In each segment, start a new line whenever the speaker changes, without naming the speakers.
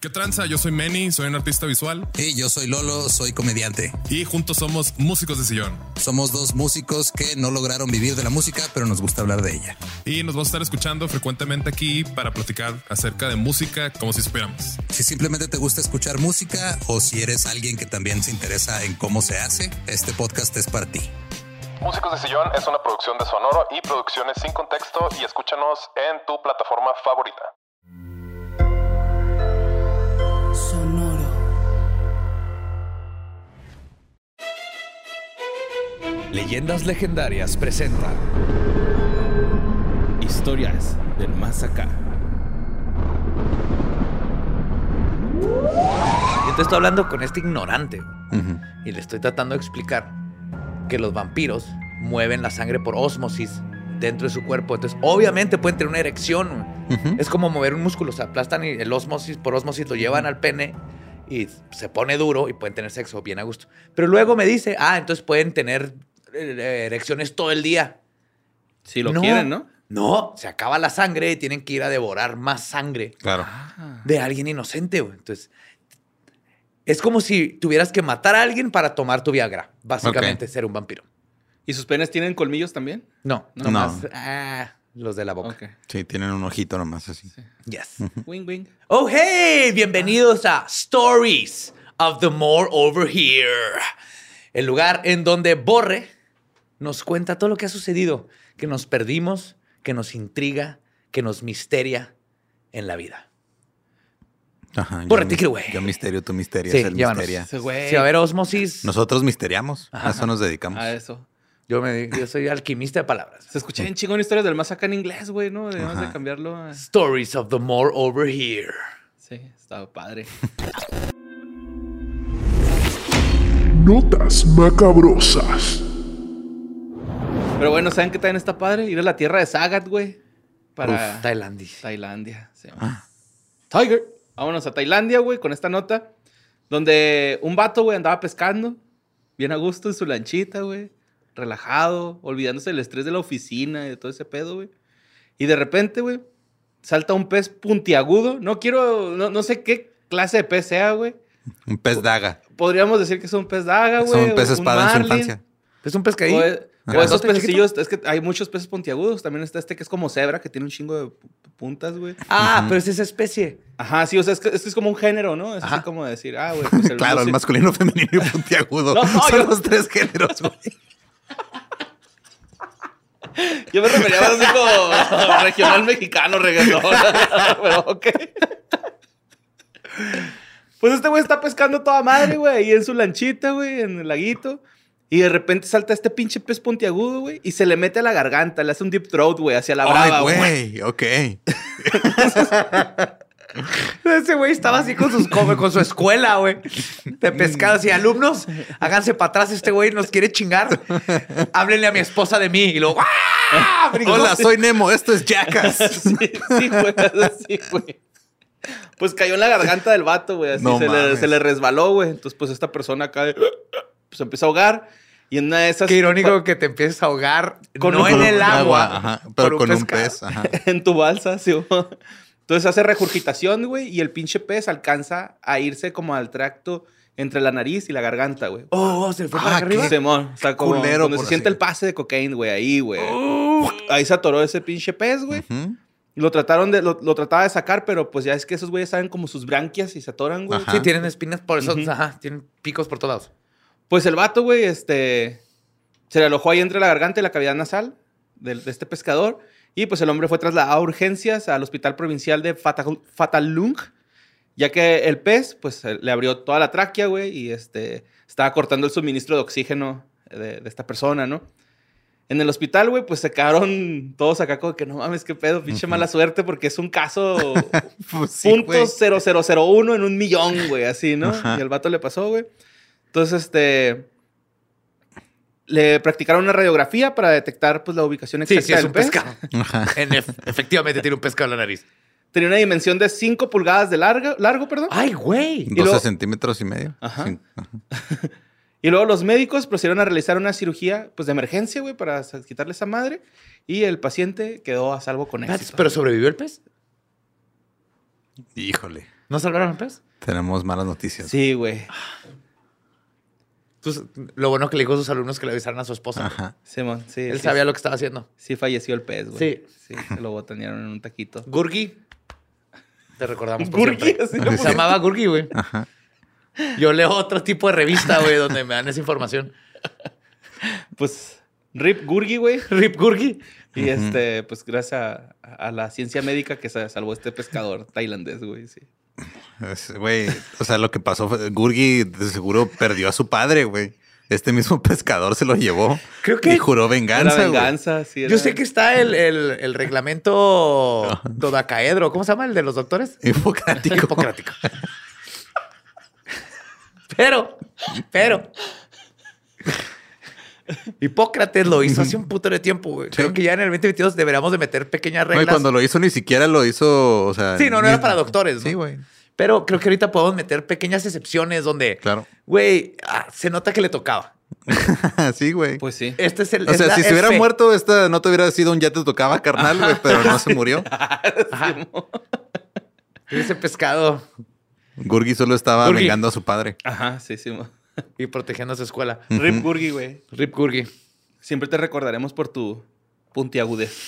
¿Qué tranza? Yo soy Manny, soy un artista visual.
Y yo soy Lolo, soy comediante.
Y juntos somos músicos de sillón.
Somos dos músicos que no lograron vivir de la música, pero nos gusta hablar de ella.
Y nos vamos a estar escuchando frecuentemente aquí para platicar acerca de música como si supiéramos.
Si simplemente te gusta escuchar música o si eres alguien que también se interesa en cómo se hace, este podcast es para ti.
Músicos de Sillón es una producción de Sonoro y Producciones sin contexto y escúchanos en tu plataforma favorita.
Sonoro.
Leyendas legendarias presenta
Historias del más acá.
Yo te estoy hablando con este ignorante y le estoy tratando de explicar que los vampiros mueven la sangre por ósmosis dentro de su cuerpo. Entonces, obviamente pueden tener una erección. güey.
Ujú.
Es como mover un músculo. Se aplastan y el ósmosis por ósmosis lo llevan al pene y se pone duro y pueden tener sexo bien a gusto. Pero luego me dice, ah, entonces pueden tener eh, erecciones todo el día.
Si lo quieren, ¿no?
No, se acaba la sangre y tienen que ir a devorar más sangre
Claro.
de alguien inocente, güey. Entonces, es como si tuvieras que matar a alguien para tomar tu Viagra. Básicamente, ser un vampiro.
¿Y sus penes tienen colmillos también?
No,
No.
nomás ah, los de la boca.
Ok. Mm.
Sí, tienen un ojito nomás así.
Yes.
Wing, wing.
Oh, hey, bienvenidos a Stories of the More Over Here. El lugar en donde Borre nos cuenta todo lo que ha sucedido, que nos perdimos, que nos intriga, que nos misteria en la vida.
Ajá. yo
Por
mis-
tigre, güey.
Yo misterio, tú misterio,
Sí,
es el
llévanos.
misteria.
Ese güey.
Si va a haber osmosis,
Nosotros misteriamos, a eso nos dedicamos.
A eso.
yo, me, yo soy alquimista de palabras.
Se escuché en chingón historias del más acá en inglés, güey, ¿no? Debemos de
Ajá.
cambiarlo a...
Stories of the More Over Here.
Sí, estaba padre.
Notas macabrosas.
Pero bueno, ¿saben qué también está padre? Ir a la tierra de Sagat, güey. Para
Uf, Tailandia.
Tailandia. sí.
Ah.
Tiger. Vámonos a Tailandia, güey, con esta nota. Donde un vato, güey, andaba pescando. Bien a gusto en su lanchita, güey. Relajado, olvidándose del estrés de la oficina y de todo ese pedo, güey. Y de repente, güey, salta un pez puntiagudo. No quiero, no, no sé qué clase de pez sea, güey.
Un pez daga.
Podríamos decir que es un pez daga, Ah, güey.
Son un pez
o
espada en su
marlin.
infancia.
Es un pescadillo.
O, e- o
Grandote,
esos pececillos, es que hay muchos peces puntiagudos. También está este que es como cebra, que tiene un chingo de pu- puntas, güey.
Ah, pero es esa especie.
Ajá, sí, o sea, es que, es que es como un género, ¿no? Es así
Ajá.
como decir, ah, güey, pues el
Claro, el
músico-
masculino, femenino y puntiagudo.
No, no,
Son
yo-
los tres géneros, güey.
Yo me refería más así como regional mexicano, reggaetón. Pero ok. Pues este güey está pescando toda madre, güey, ahí en su lanchita, güey, en el laguito. Y de repente salta este pinche pez puntiagudo, güey, y se le mete a la garganta, le hace un deep throat, güey, hacia la brava,
Ay,
güey.
güey, ok.
Ese güey estaba así con sus come, con su escuela, güey. De pescados y alumnos. Háganse para atrás, este güey nos quiere chingar. Háblenle a mi esposa de mí. Y luego, ¡ah! Brincó.
Hola, soy Nemo, esto es Jackass.
Sí, sí, güey, así, güey. Pues cayó en la garganta del vato, güey. Así
No
se, le,
mames.
se le resbaló, güey. Entonces, pues esta persona acá de- pues empieza a ahogar. Y en una de esas.
Qué irónico que te empieces a ahogar
Con
no
un-
en
con
el
un
agua,
ajá,
por
pero con un
pescado.
pez. Ajá.
en tu balsa, sí. güey. Entonces hace regurgitación, güey, y el pinche pez alcanza a irse como al tracto entre la nariz y la garganta, güey.
Oh, oh, se fue para
Ah,
arriba.
Simón, o sea, como
culero,
cuando se
por
siente
así.
el pase de cocaine, güey, ahí, güey. Ahí se atoró ese pinche pez, güey.
Ujú.
Lo trataron de, lo, lo trataba de sacar, pero pues ya es que esos güeyes saben como sus branquias y se atoran, güey.
Ajá.
Sí, tienen espinas por eso.
Ujú.
Ajá, tienen picos por todos lados.
Pues el vato, güey, este. Se le alojó ahí entre la garganta y la cavidad nasal del- de, este pescador. Y pues el hombre fue trasladado a urgencias al hospital provincial de Fata- Fatalung, ya que el pez, pues eh, le abrió toda la tráquea, güey, y este. Estaba cortando el suministro de oxígeno de, de esta persona, ¿no? En el hospital, güey, pues se quedaron todos acá como que no mames, qué pedo, pinche mala suerte, porque es un caso
Pues sí, güey.
punto 0001 en un millón, güey, así, ¿no?
Ajá.
Y el vato le pasó, güey. Entonces, este. Le practicaron una radiografía para detectar pues, la ubicación
Sí,
exacta
sí, es
del
un
pez.
pescado.
Ajá.
En ef- efectivamente, tiene un pescado en la nariz.
Tenía una dimensión de 5 pulgadas de largo, largo perdón.
¡Ay, güey!
12
luego-
centímetros y medio.
Ajá.
Sí, ajá.
Y luego los médicos procedieron a realizar una cirugía pues, de emergencia, güey, para sa- quitarle esa madre. Y el paciente quedó a salvo con éxito.
¿Pero sobrevivió el pez?
Híjole,
¿No salvaron al pez?
tenemos malas noticias.
Sí, güey.
Entonces, lo bueno que le dijo a sus alumnos que le avisaran a su esposa.
Ajá.
Simón, sí.
Él
sí,
sabía lo que estaba haciendo.
Sí falleció el pez, güey.
Sí.
Sí. se lo botanearon en un taquito.
Gurgi. Te recordamos por
Gurgi,
siempre.
así
lo
Se llamaba Gurgi, güey.
Ajá.
Yo leo otro tipo de revista, güey, donde me dan esa información.
Pues, Rip Gurgi, güey.
Rip Gurgi.
Y este, pues gracias a, a la ciencia médica que se salvó este pescador tailandés, güey. Sí.
Es- Güey, o sea, lo que pasó fue, Gurgi de seguro perdió a su padre, güey. Este mismo pescador se lo llevó.
Creo que-
Y juró venganza,
era
güey.
venganza, sí.
Yo
era-
sé que está el, el, el reglamento dodacaedro. ¿Cómo se llama? El de los doctores.
Hipocrático.
Hipocrático. Pero, pero. Hipócrates lo hizo hace un puto de tiempo, güey. Creo que ya en el 2022 deberíamos de meter pequeñas
Güey,
reglas.
cuando lo hizo, ni siquiera lo hizo, o sea...
Sí, no, no
ni-
era para doctores, ¿no?
Sí, güey.
Pero creo que ahorita podemos meter pequeñas excepciones donde,
Claro.
güey, ah, se nota que le tocaba.
sí, güey.
Pues sí.
Este es el.
o
es
sea,
la
si se hubiera
F.
muerto, esta no te hubiera sido un ya te tocaba carnal, güey, pero no se murió.
Ajá. Ese pescado
Gurgi solo estaba
Gurgi.
vengando a su padre.
Ajá, sí, sí. mo-
y protegiendo a su escuela.
Mm.
Rip Gurgi, güey.
Rip Gurgi.
Siempre te recordaremos por tu puntiagudez.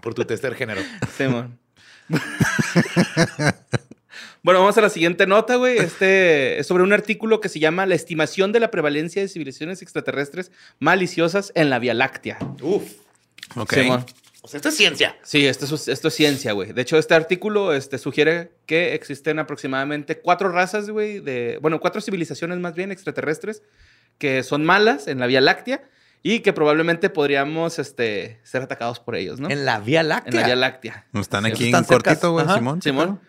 Por tu tester género.
Simón. bueno, vamos a la siguiente nota, güey. Este es sobre un artículo que se llama La estimación de la prevalencia de civilizaciones extraterrestres maliciosas en la Vía Láctea.
Uf.
Ok.
Simón.
O sea, esto es ciencia.
Sí, esto es, esto es ciencia, güey. De hecho, este artículo este, sugiere que existen aproximadamente cuatro razas, güey, de, bueno, cuatro civilizaciones más bien extraterrestres que son malas en la Vía Láctea y que probablemente podríamos este, ser atacados por ellos, ¿no?
En la Vía
En la
Láctea.
Vía Láctea.
Están
Sí, pues
aquí
están
en cortito,
cercas.
güey,
Ajá,
Simón.
Simón.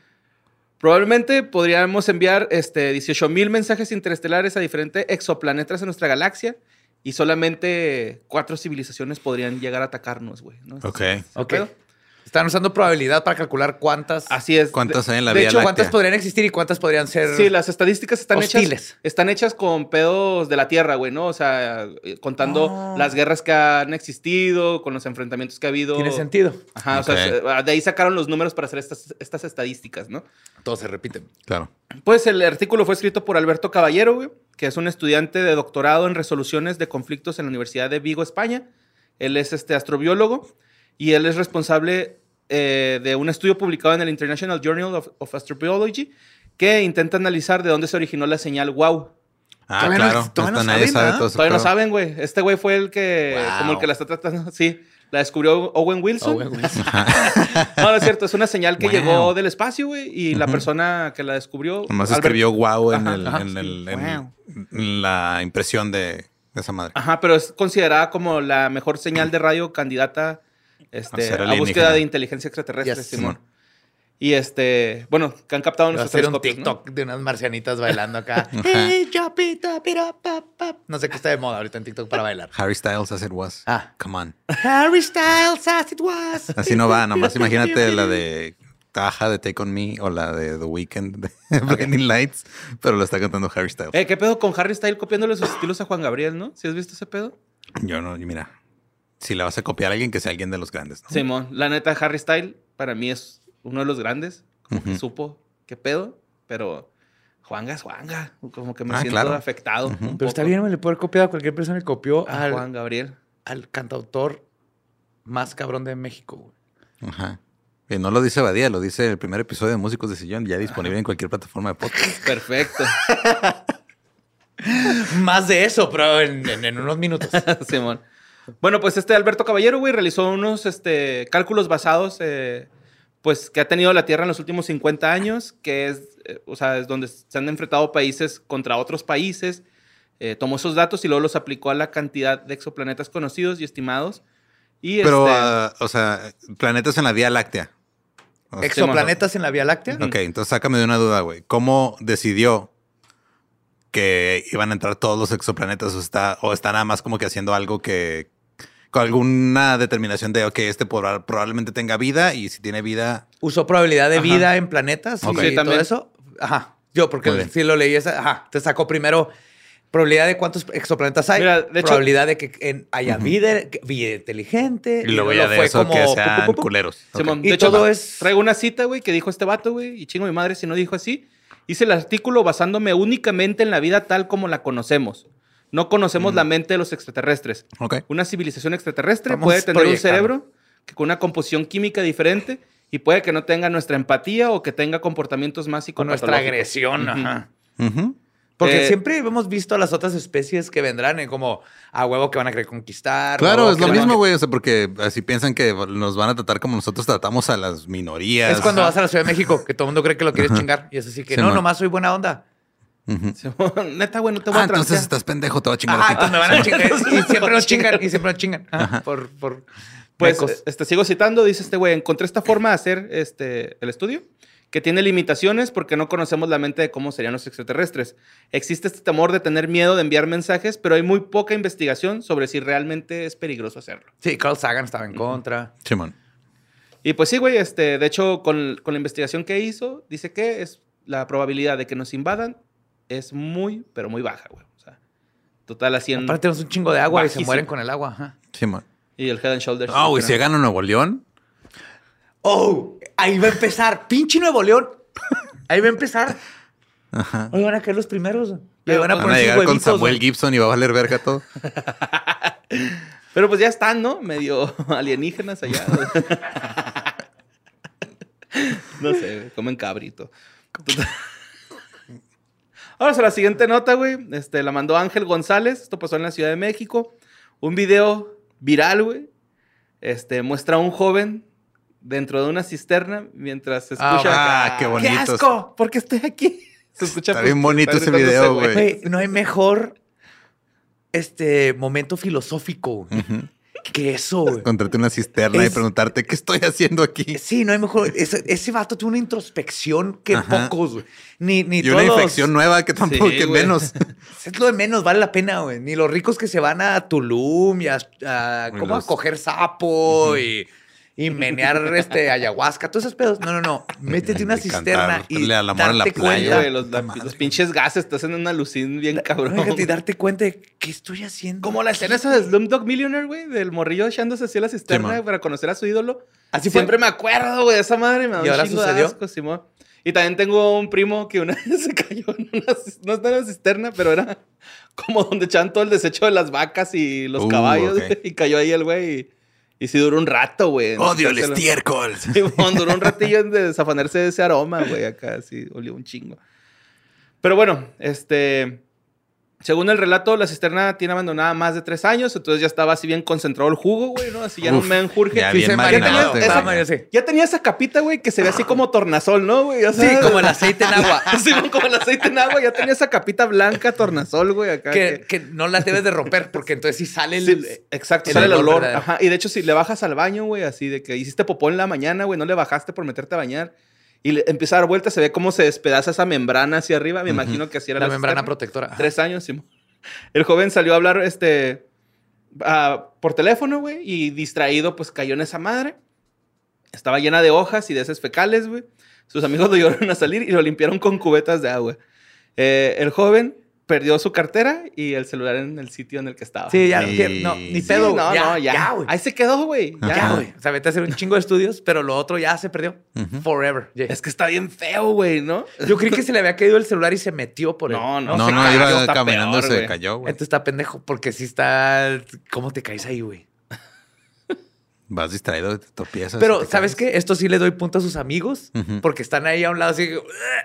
Probablemente podríamos enviar este, 18 mil mensajes interestelares a diferentes exoplanetas en nuestra galaxia y solamente cuatro civilizaciones podrían llegar a atacarnos, güey. ¿no?
Ok.
Ok.
¿Qué pedo?
Están usando probabilidad para calcular cuántas.
Ah,
Así es.
¿Cuántas hay en la
de
Vía
hecho,
Láctea?
cuántas podrían existir y cuántas podrían ser.
Sí, las estadísticas están hechas.
hostiles.
Están hechas con pedos de la tierra, güey, ¿no? O sea, eh, contando
Ah.
las guerras que han existido, con los enfrentamientos que ha habido.
Tiene sentido.
Ajá, o sea,
Ok.
se- de ahí sacaron los números para hacer estas, estas estadísticas, ¿no?
Todo se repite.
Claro.
Pues el artículo fue escrito por Alberto Caballero, güey, que es un estudiante de doctorado en resoluciones de conflictos en la Universidad de Vigo, España. Él es este astrobiólogo y él es responsable eh, de un estudio publicado en el International Journal of, of Astrobiology que intenta analizar de dónde se originó la señal WOW.
Ah,
Todavía no-
claro.
todavía no
Hasta nadie
saben, ¿ah?
sabe
¿verdad?
todo eso.
Todavía no
Pues, claro.
saben, güey. Este güey fue el que,
Wow.
como el que la está tratando, sí. La descubrió Owen Wilson.
Owen Wilson.
No, no es cierto. Es una señal que
Wow.
llegó del espacio, güey. Y la persona que la descubrió...
Nomás
Albert-
escribió wow en,
Ajá,
el,
ajá,
en,
sí.
el- en
Guau.
la impresión de, de esa madre.
Ajá, pero es considerada como la mejor señal de radio candidata
A
este,
ser
a
Ah, alienígena.
búsqueda de inteligencia extraterrestre,
Yes.
Simón. Y este, bueno, que han captado
Va a
nuestros
hacer un
telescopios, ¿no?
TikTok de unas marcianitas bailando acá. Eh, chapita, pira, pa, pa. No sé qué está de moda ahorita en TikTok para bailar.
Harry Styles as it was.
Ah.
Come on.
Harry Styles as it was.
Así no va, nomás imagínate la de Taja de Take On Me o la de The Weeknd de Blinding Lights, pero lo está cantando Harry Styles.
Eh, ¿qué pedo con Harry Style copiándole sus estilos a Juan Gabriel, no? ¿Si has visto ese pedo?
Yo no, mira, si la vas a copiar a alguien, que sea alguien de los grandes. ¿no?
Simón, la neta, Harry Style para mí es uno de los grandes. Como que
Ujú.
supo qué pedo, pero Juanga es Juanga. Como que me
Ah,
siento
claro.
afectado.
Ujú.
un
Pero está
poco
bien, güey, le puede haber copiado a cualquier persona que copió
a Juan
al,
Gabriel.
al cantautor más cabrón de México. güey.
Ajá. Y no lo dice Badía, lo dice el primer episodio de Músicos de Sillón, ya disponible en cualquier plataforma de podcast.
Perfecto.
Más de eso, pero en, en- en unos minutos.
Simón. Bueno, pues este Alberto Caballero, güey, realizó unos este, cálculos basados, eh, pues, que ha tenido la Tierra en los últimos 50 años, que es, eh, o sea, es donde se han enfrentado países contra otros países. Eh, tomó esos datos y luego los aplicó a la cantidad de exoplanetas conocidos y estimados. Y
Pero,
este,
ah, o sea, planetas en la Vía Láctea. O sea,
Exoplanetas en la Vía Láctea.
Ok, entonces sácame de una duda, güey. ¿Cómo decidió que iban a entrar todos los exoplanetas? ¿O está, o está nada más como que haciendo algo que... Con alguna determinación de, ok, este proba- probablemente tenga vida y si tiene vida...
Usó probabilidad de
Ajá.
vida en planetas
Ok.
y
Sí, también.
todo eso. Ajá. Yo, porque
Muy bien.
si lo leí, esa, ajá, te sacó primero Probabilidad de cuántos exoplanetas hay.
Mira, de hecho-
probabilidad de que en- haya vida, que- vida inteligente.
Y luego ya de
fue
eso que
como-
sean
pu, pu, pu, pu.
culeros. Ok.
Simón,
Y
de hecho,
todo
va,
es-
traigo una cita, güey, que dijo este vato, güey, y chingo mi madre si no dijo así. Hice el artículo basándome únicamente en la vida tal como la conocemos. No
Mm.
conocemos la mente de los extraterrestres.
Ok.
Una civilización extraterrestre
Estamos
puede tener un
proyectando.
cerebro que con una composición química diferente y puede que no tenga nuestra empatía o que tenga comportamientos más
Con nuestra
psicopatológicos.
agresión. ajá.
Ujú.
Porque
Eh,
siempre hemos visto a las otras especies que vendrán en como a huevo que van a querer conquistar.
Claro,
huevo
es
que
lo
van a-
mismo, güey. O sea, porque así piensan que nos van a tratar como nosotros tratamos a las minorías.
Es cuando
Ajá.
vas a la Ciudad de México, que todo el mundo cree que lo quieres chingar. Y es así que,
Sí,
no,
man.
nomás soy buena onda.
Ujú.
Simón, neta, güey, no te voy
Ah,
a
entonces
transear.
estás pendejo, te voy a chingar. a
Ajá,
ti.
entonces me van a chingar. Y siempre nos chingan, y siempre nos chingan. Ah, Ajá, Por, por
Pues,
mecos.
este, sigo citando, dice este güey, encontré esta forma de hacer este, el estudio, que tiene limitaciones porque no conocemos la mente de cómo serían los extraterrestres. Existe este temor de tener miedo de enviar mensajes, pero hay muy poca investigación sobre si realmente es peligroso hacerlo.
Sí, Carl Sagan estaba en contra.
Simón.
Y pues sí, güey, este, de hecho, con, con la investigación que hizo, dice que es la probabilidad de que nos invadan es muy, pero muy baja, güey. O sea, total, así en...
Aparte tenemos un chingo de agua y se
Bajísimo.
mueren con el agua. ajá.
Simón.
Y el Head and
Pues,
Shoulders.
Ah, güey,
creo.
si gana Nuevo León.
¡Oh! Ahí va a empezar. ¡Pinche Nuevo León! Ahí va a empezar.
Ajá.
Hoy van a caer los primeros. Le van a
Van
poner
a
sus
llegar con
Ah, huevitos,
Samuel
güey.
Gibson y va a valer verga todo.
Pero pues ya están, ¿no? Medio alienígenas allá. no sé, güey, comen cabrito. Total- Ahora a la siguiente nota, güey. Este, la mandó Ángel González. Esto pasó en la Ciudad de México. Un video viral, güey. Este, muestra a un joven dentro de una cisterna mientras se
Ah,
escucha.
ah, qué
¡Qué
bonitos.
asco! ¿Por qué estoy aquí?
Se escucha,
Está
pues,
bien bonito ese
gritándose,
video, güey.
Güey, no hay mejor este momento filosófico güey,
Ujú.
que eso, güey.
Encontrarte una cisterna
Es-
y preguntarte qué estoy haciendo aquí.
Sí, no hay mejor. Ese, ese vato tuvo una introspección que
Ajá.
pocos, güey. Ni, ni
Y una
todos-
infección nueva que tampoco
Sí,
que
güey.
menos.
pues, Es lo de menos, vale la pena, güey. Ni los ricos que se van a Tulum y a, a-
Y
¿cómo? a
los-
coger sapo y, y menear este, ayahuasca, todos esos pedos. No, no, no. Métete una
Y
cisterna y
cantarle al amor a la
darte
Sí,
playa.
cuenta.
güey, los, la- los pinches gases te hacen una lucín bien cabrón.
Oiga, y darte cuenta de qué estoy haciendo.
Como la escena esa de Slumdog Millionaire, güey, del morrillo echándose hacia la cisterna
Simón.
güey, para conocer a su ídolo.
Así fue.
Siempre me acuerdo, güey, de esa madre. Me da
¿Y
un
ahora
chingo de
sucedió?
asco, Simón. Y también tengo un primo que una vez se cayó en una... cis- No está en una cisterna, pero era como donde echaban todo el desecho de las vacas y los
Uh,
caballos.
ok.
güey, Y cayó ahí el güey y, y sí duró un rato, güey. en
Odio el
quitárselo.
estiércol.
Simón, duró un ratillo en desafanarse de ese aroma, güey, acá, sí, olió un chingo. Pero bueno, este, según el relato, la cisterna tiene abandonada más de tres años, entonces ya estaba así bien concentrado el jugo, güey, ¿no? Así ya no
Uf,
me enjurge.
ya
Sí,
bien
se-
marinado,
tenía-
Estaba
esa-
marinado, sí.
ya tenía esa capita, güey, que se ve así como tornasol, ¿no, güey? O
Sí,
sea,
como el aceite en agua.
Simón, como el aceite en agua, ya tenía esa capita blanca, tornasol, güey, acá.
que,
que-
que no la debes de romper porque entonces sí sale el...
Sí, exacto,
el
sale el
olor
olor.
verdadero.
Ajá. Y de hecho, si le bajas al baño, güey, así de que hiciste popó en la mañana, güey, no le bajaste por meterte a bañar y le empieza a dar vueltas, se ve cómo se despedaza esa membrana hacia arriba. Me imagino que así era
la membrana
cisterna.
protectora.
Tres años, Simón. El joven salió a hablar este, ah, por teléfono, güey, y distraído, pues cayó en esa madre. Estaba llena de hojas y de heces fecales, güey. Sus amigos lo ayudaron a salir y lo limpiaron con cubetas de agua. Eh, el joven perdió su cartera y el celular en el sitio en el que estaba.
Sí, ya,
Sí.
que- no, ni
Sí,
pedo.
Sí, no,
ya,
no, ya.
ya, güey.
Ahí se quedó, güey. Ya,
Ya,
Ajá.
güey. O sea, vete a hacer un chingo de estudios, pero lo otro ya se perdió.
Ujú.
Forever. yeah.
Es que está bien feo, güey, ¿no?
Yo creí que se le había caído el celular y se metió por él.
No, no,
No, no,
se cayó,
iba
está
caminando,
peor,
se
güey.
cayó, güey.
Entonces está pendejo, porque sí está. ¿Cómo te caes ahí, güey?
Vas distraído, te tropiezas.
Pero,
te
¿sabes
caes.
qué? Esto sí le doy punto a sus amigos,
Ujú.
porque están ahí a un lado así,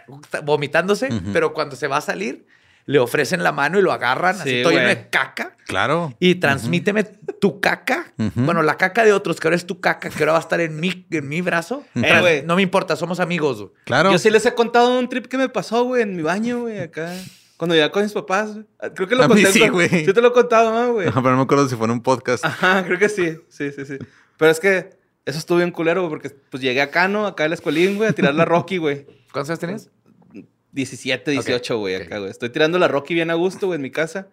ugh, vomitándose,
Ujú.
pero cuando se va a salir, le ofrecen la mano y lo agarran, así
Sí,
todo lleno
güey.
de caca.
Claro.
Y transmíteme tu caca.
Ujú.
Bueno, la caca de otros, que ahora es tu caca, que ahora va a estar en mi, en mi brazo. Trans-
Eh, güey.
no me importa, somos amigos. güey.
Claro.
Yo sí les he contado un trip que me pasó, güey, en mi baño, güey, acá. Cuando llegué con mis papás. güey. Ah, Creo que lo
A mí
conté.
sí,
con-
güey.
Sí te lo he contado, ¿no, güey?
Ajá, pero no me acuerdo si fue en un podcast.
Ah,
Ajá, creo que sí. Sí, sí, sí. Pero es que eso estuvo bien culero, güey, porque pues llegué acá, ¿no? Acá a la escuelín, güey, a tirar la Rocky, güey.
¿Cuántos años tenías?
17, 18, güey,
ok.
acá, güey. Estoy tirando la Rocky bien a gusto, güey, en mi casa.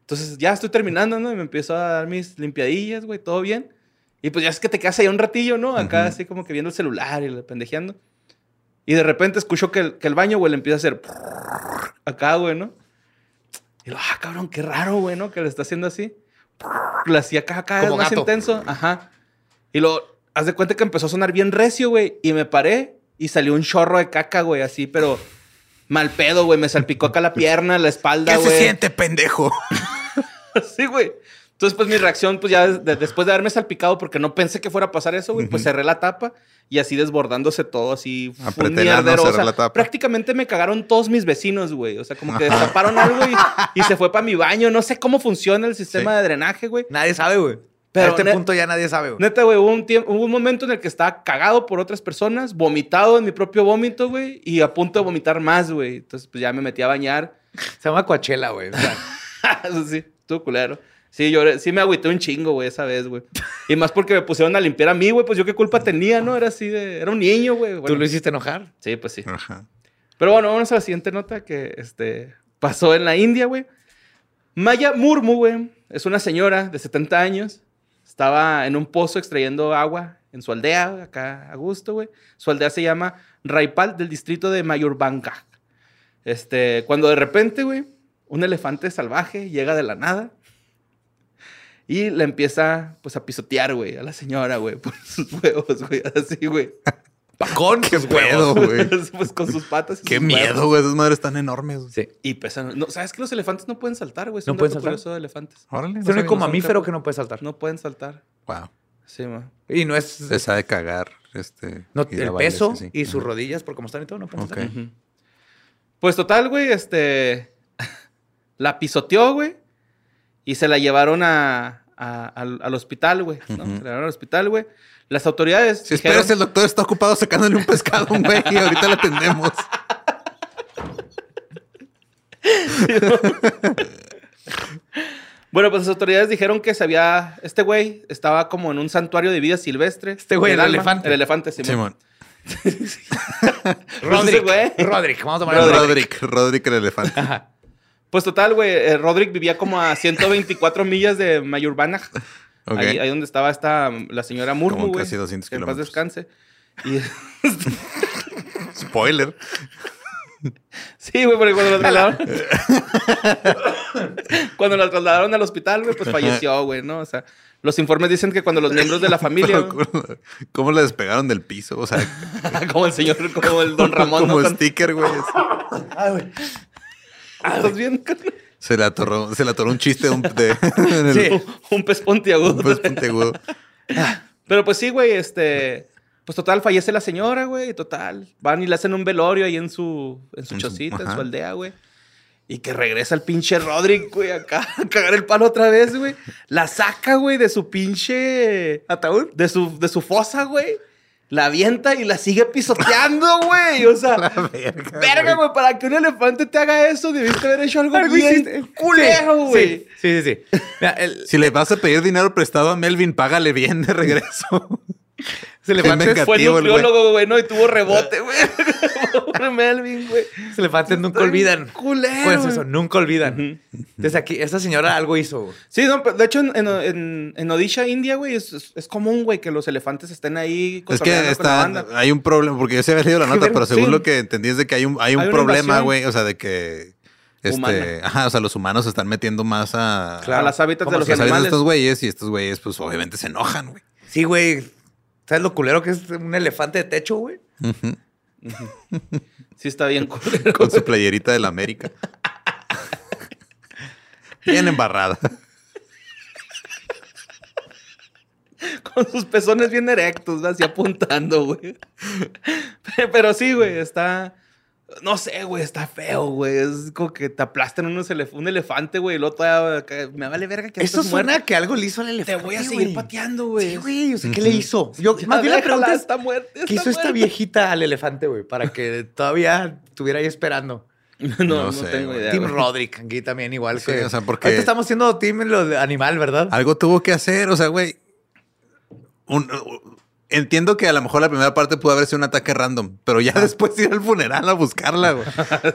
Entonces, ya estoy terminando, ¿no? Y me empiezo a dar mis limpiadillas, güey, todo bien. Y pues ya es que te quedas ahí un ratillo, ¿no? Acá
Ujú.
así como que viendo el celular y la pendejeando. Y de repente escucho que el, que el baño, güey, le empieza a hacer... Acá, güey, ¿no? Y lo, ah, cabrón, qué raro, güey, ¿no? Que lo está haciendo así. Lo hacía acá, cada vez
Como
más
gato.
intenso. Ajá. Y lo, haz de cuenta que empezó a sonar bien recio, güey. Y me paré y salió un chorro de caca, güey, así, pero mal pedo, güey. Me salpicó acá la pierna, la espalda,
¿Qué
güey.
se siente, pendejo?
Sí, güey. Entonces, pues mi reacción, pues ya de- después de haberme salpicado, porque no pensé que fuera a pasar eso, güey, pues cerré la tapa y así desbordándose todo, así. fue un
Apreté el ano,
mierdero. O
cerré
sea,
la tapa.
Prácticamente me cagaron todos mis vecinos, güey. O sea, como que
Ajá.
destaparon algo y, y se fue para mi baño. No sé cómo funciona el sistema
Sí.
de drenaje, güey.
Nadie sabe, güey.
Pero
a este
ne-
punto ya nadie sabe, güey.
Neta, güey, hubo un, tiempo, hubo un momento en el que estaba cagado por otras personas, vomitado en mi propio vómito, güey, y a punto de vomitar más, güey. Entonces, pues ya me metí a bañar.
Se llama Coachella, güey. O sea,
Eso sí, tú culero. Sí, lloré, sí me agüité un chingo, güey, esa vez, güey. Y más porque me pusieron a limpiar a mí, güey, pues yo qué culpa tenía, ¿no? Era así de... Era un niño, güey.
Tú
Bueno,
lo hiciste enojar.
Sí, pues sí.
Ajá.
Pero bueno, vamos a la siguiente nota que este, pasó en la India, güey. Maya Murmu, güey, es una señora de 70 años. Estaba en un pozo extrayendo agua en su aldea, acá a gusto, güey. Su aldea se llama Raipal, del distrito de Mayurbanga. Este, cuando de repente, güey, un elefante salvaje llega de la nada y le empieza, pues, a pisotear, güey, a la señora, güey, por sus huevos, güey, así, güey.
Con
Qué pedo, güey.
pues con sus patas. y
Qué
sus huevos.
miedo, güey. Esas madres tan enormes. güey.
Sí.
Y pesan. No, ¿Sabes que los elefantes no pueden saltar, güey? Es
¿No
un
pueden
dato
saltar?
curioso de elefantes.
Órale.
Es
no
el único
sabía.
mamífero que no puede saltar.
pues. No pueden saltar.
Wow.
Sí, ma.
Y no es...
Se sabe cagar. Este,
no-
y de
el
bailes,
peso
sí.
y sus
Ajá.
rodillas, por cómo están y todo, no pueden
Ok.
saltar.
Ujú. Pues total, güey, este. la pisoteó, güey. Y se la llevaron a, a- al, al hospital, güey. ¿no?
Ujú.
Se la llevaron al hospital, güey. Las autoridades.
Si
dijeron-
esperas, el doctor está ocupado sacándole un pescado a un güey y ahorita lo atendemos.
Bueno, pues las autoridades dijeron que se había. Este güey estaba como en un santuario de vida silvestre.
Este güey,
del
el
alma.
elefante.
El elefante, sí, ma.
Simón.
Pues ese
Rodrick,
güey-
Rodrick, vamos a poner Rodrick.
Roderick. Roderick el elefante.
Pues total, güey, eh, Roderick vivía como a 124 millas de Mayurbana.
Ok.
Ahí, ahí donde estaba esta, mm, la señora Murmu, güey.
casi 200
Que en paz
kilómetros.
descanse. Y-
Spoiler.
sí, güey, porque cuando la trasladaron... cuando la trasladaron al hospital, güey, pues falleció, güey, ¿no? O sea, los informes dicen que cuando los miembros de la familia...
Pero,
güey,
¿cómo, cómo la despegaron del piso? O sea,
como el señor, como el don Ramón, ¿no?
como
Con-
sticker, güey. así.
Ah, ¿Estás bien? Con-
Se le atoró, se le atoró un chiste de un, de, en el-
Sí.
Un pez pontiagudo.
un pez puntiagudo.
Pero pues sí, güey, este. Pues total, fallece la señora, güey, total. Van y le hacen un velorio ahí en su, en su
En su-
chocita, en
ajá.
su aldea, güey. Y que regresa el pinche Rodrick, güey, acá a cagar el palo otra vez, güey. La saca, güey, de su pinche ataúd, de su, de su fosa, güey. La avienta y la sigue pisoteando, güey. O sea,
verga,
verga, güey, para que un elefante te haga eso, debiste haber hecho algo
Algo hiciste.
bien culero,
Sí,
güey.
Sí, sí, sí. Mira, el-
Si le vas a pedir dinero prestado a Melvin, págale bien de regreso.
ese elefante-
venga.
Fue
Negativo el güey.
nucleólogo, güey, ¿no? Y tuvo rebote, güey. Pobre Melvin, güey.
Los elefantes nunca olvidan.
Culero,
Pues
güey.
eso, nunca olvidan. Desde aquí, esta señora algo hizo. güey.
Sí, no, pero de hecho, en, en- en- en Odisha, India, güey, es, es- es común, güey, que los elefantes estén ahí
Es
cotorreando
que
con la banda.
está, hay un problema, porque yo sí había leído la
Sí,
nota,
bueno,
pero según
sí.
lo que entendí es de que hay un, hay un
Hay una
problema,
invasión.
güey. O sea, de que. Este,
Humana.
ajá, o sea, los humanos se están metiendo más a.
Claro.
A las hábitats
Como
de
a
los
los hábitats de
animales.
estos güeyes y estos güeyes, pues obviamente se enojan, güey.
Sí, güey. ¿Sabes lo culero que es un elefante de techo, güey?
Sí, está bien culero.
Pues-
Con su playerita de la América. Bien embarrada.
con sus pezones bien erectos, ¿no? así apuntando, güey. Pero sí, güey, está. No sé, güey, está feo, güey. Es como que te aplastan unos elef- un elefante, güey, y luego todavía acá, Me vale verga que
Eso
estés muerta.
suena que algo le hizo al elefante.
Te voy a seguir
güey.
pateando, güey.
Sí, güey. O sea, ¿qué le hizo? Yo,
Ya
más bien la
déjala,
pregunta es:
está muerta,
¿qué
está
hizo esta
muerta.
viejita al elefante, güey? Para que todavía estuviera ahí esperando.
No, no,
No sé,
tengo
güey.
idea.
Team
güey.
Roderick, aquí también igual
Sí,
que.
o sea, porque- Ah,
Ahorita estamos siendo Team lo de animal, ¿verdad?
Algo tuvo que hacer, o sea, güey. Un- u- entiendo que a lo mejor la primera parte pudo haber sido un ataque random, pero ya después ir al funeral a buscarla, güey.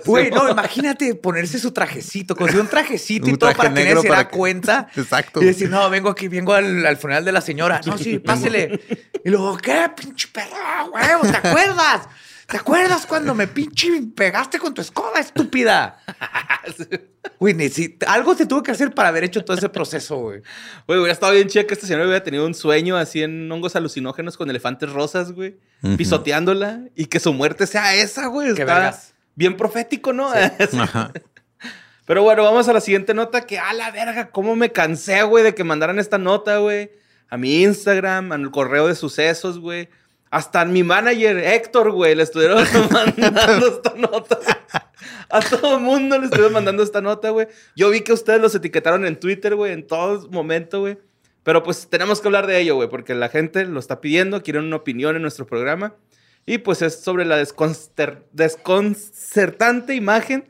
Güey, no, imagínate ponerse su trajecito, conseguir un trajecito y
Un
todo
traje
para que nadie
negro
se
para
da
que-
cuenta.
Exacto.
Y decir, no, vengo aquí, vengo al, al funeral de la señora. No, sí, pásele. Y luego, ¿qué, pinche perro, huevo? ¿Te Ah, acuerdas? ¿Te acuerdas cuando me pinche pegaste con tu escoba, estúpida? Güey, ni si- algo se tuvo que hacer para haber hecho todo ese proceso, güey.
Güey, hubiera estado bien chida que esta señora hubiera tenido un sueño así en hongos alucinógenos con elefantes rosas, güey.
Ujú.
Pisoteándola y que su muerte sea esa, güey.
Qué
Está
vergas.
bien profético, ¿no? Sí.
Ajá.
Pero bueno, vamos a la siguiente nota que, a la verga, cómo me cansé, güey, de que mandaran esta nota, güey. A mi Instagram, al correo de sucesos, güey. Hasta a mi manager, Héctor, güey, le estuvieron mandando esta nota. A todo el mundo le estuvieron mandando esta nota, güey. Yo vi que ustedes los etiquetaron en Twitter, güey, en todo momento, güey. Pero pues tenemos que hablar de ello, güey, porque la gente lo está pidiendo, quieren una opinión en nuestro programa. Y pues es sobre la desconster- desconcertante imagen,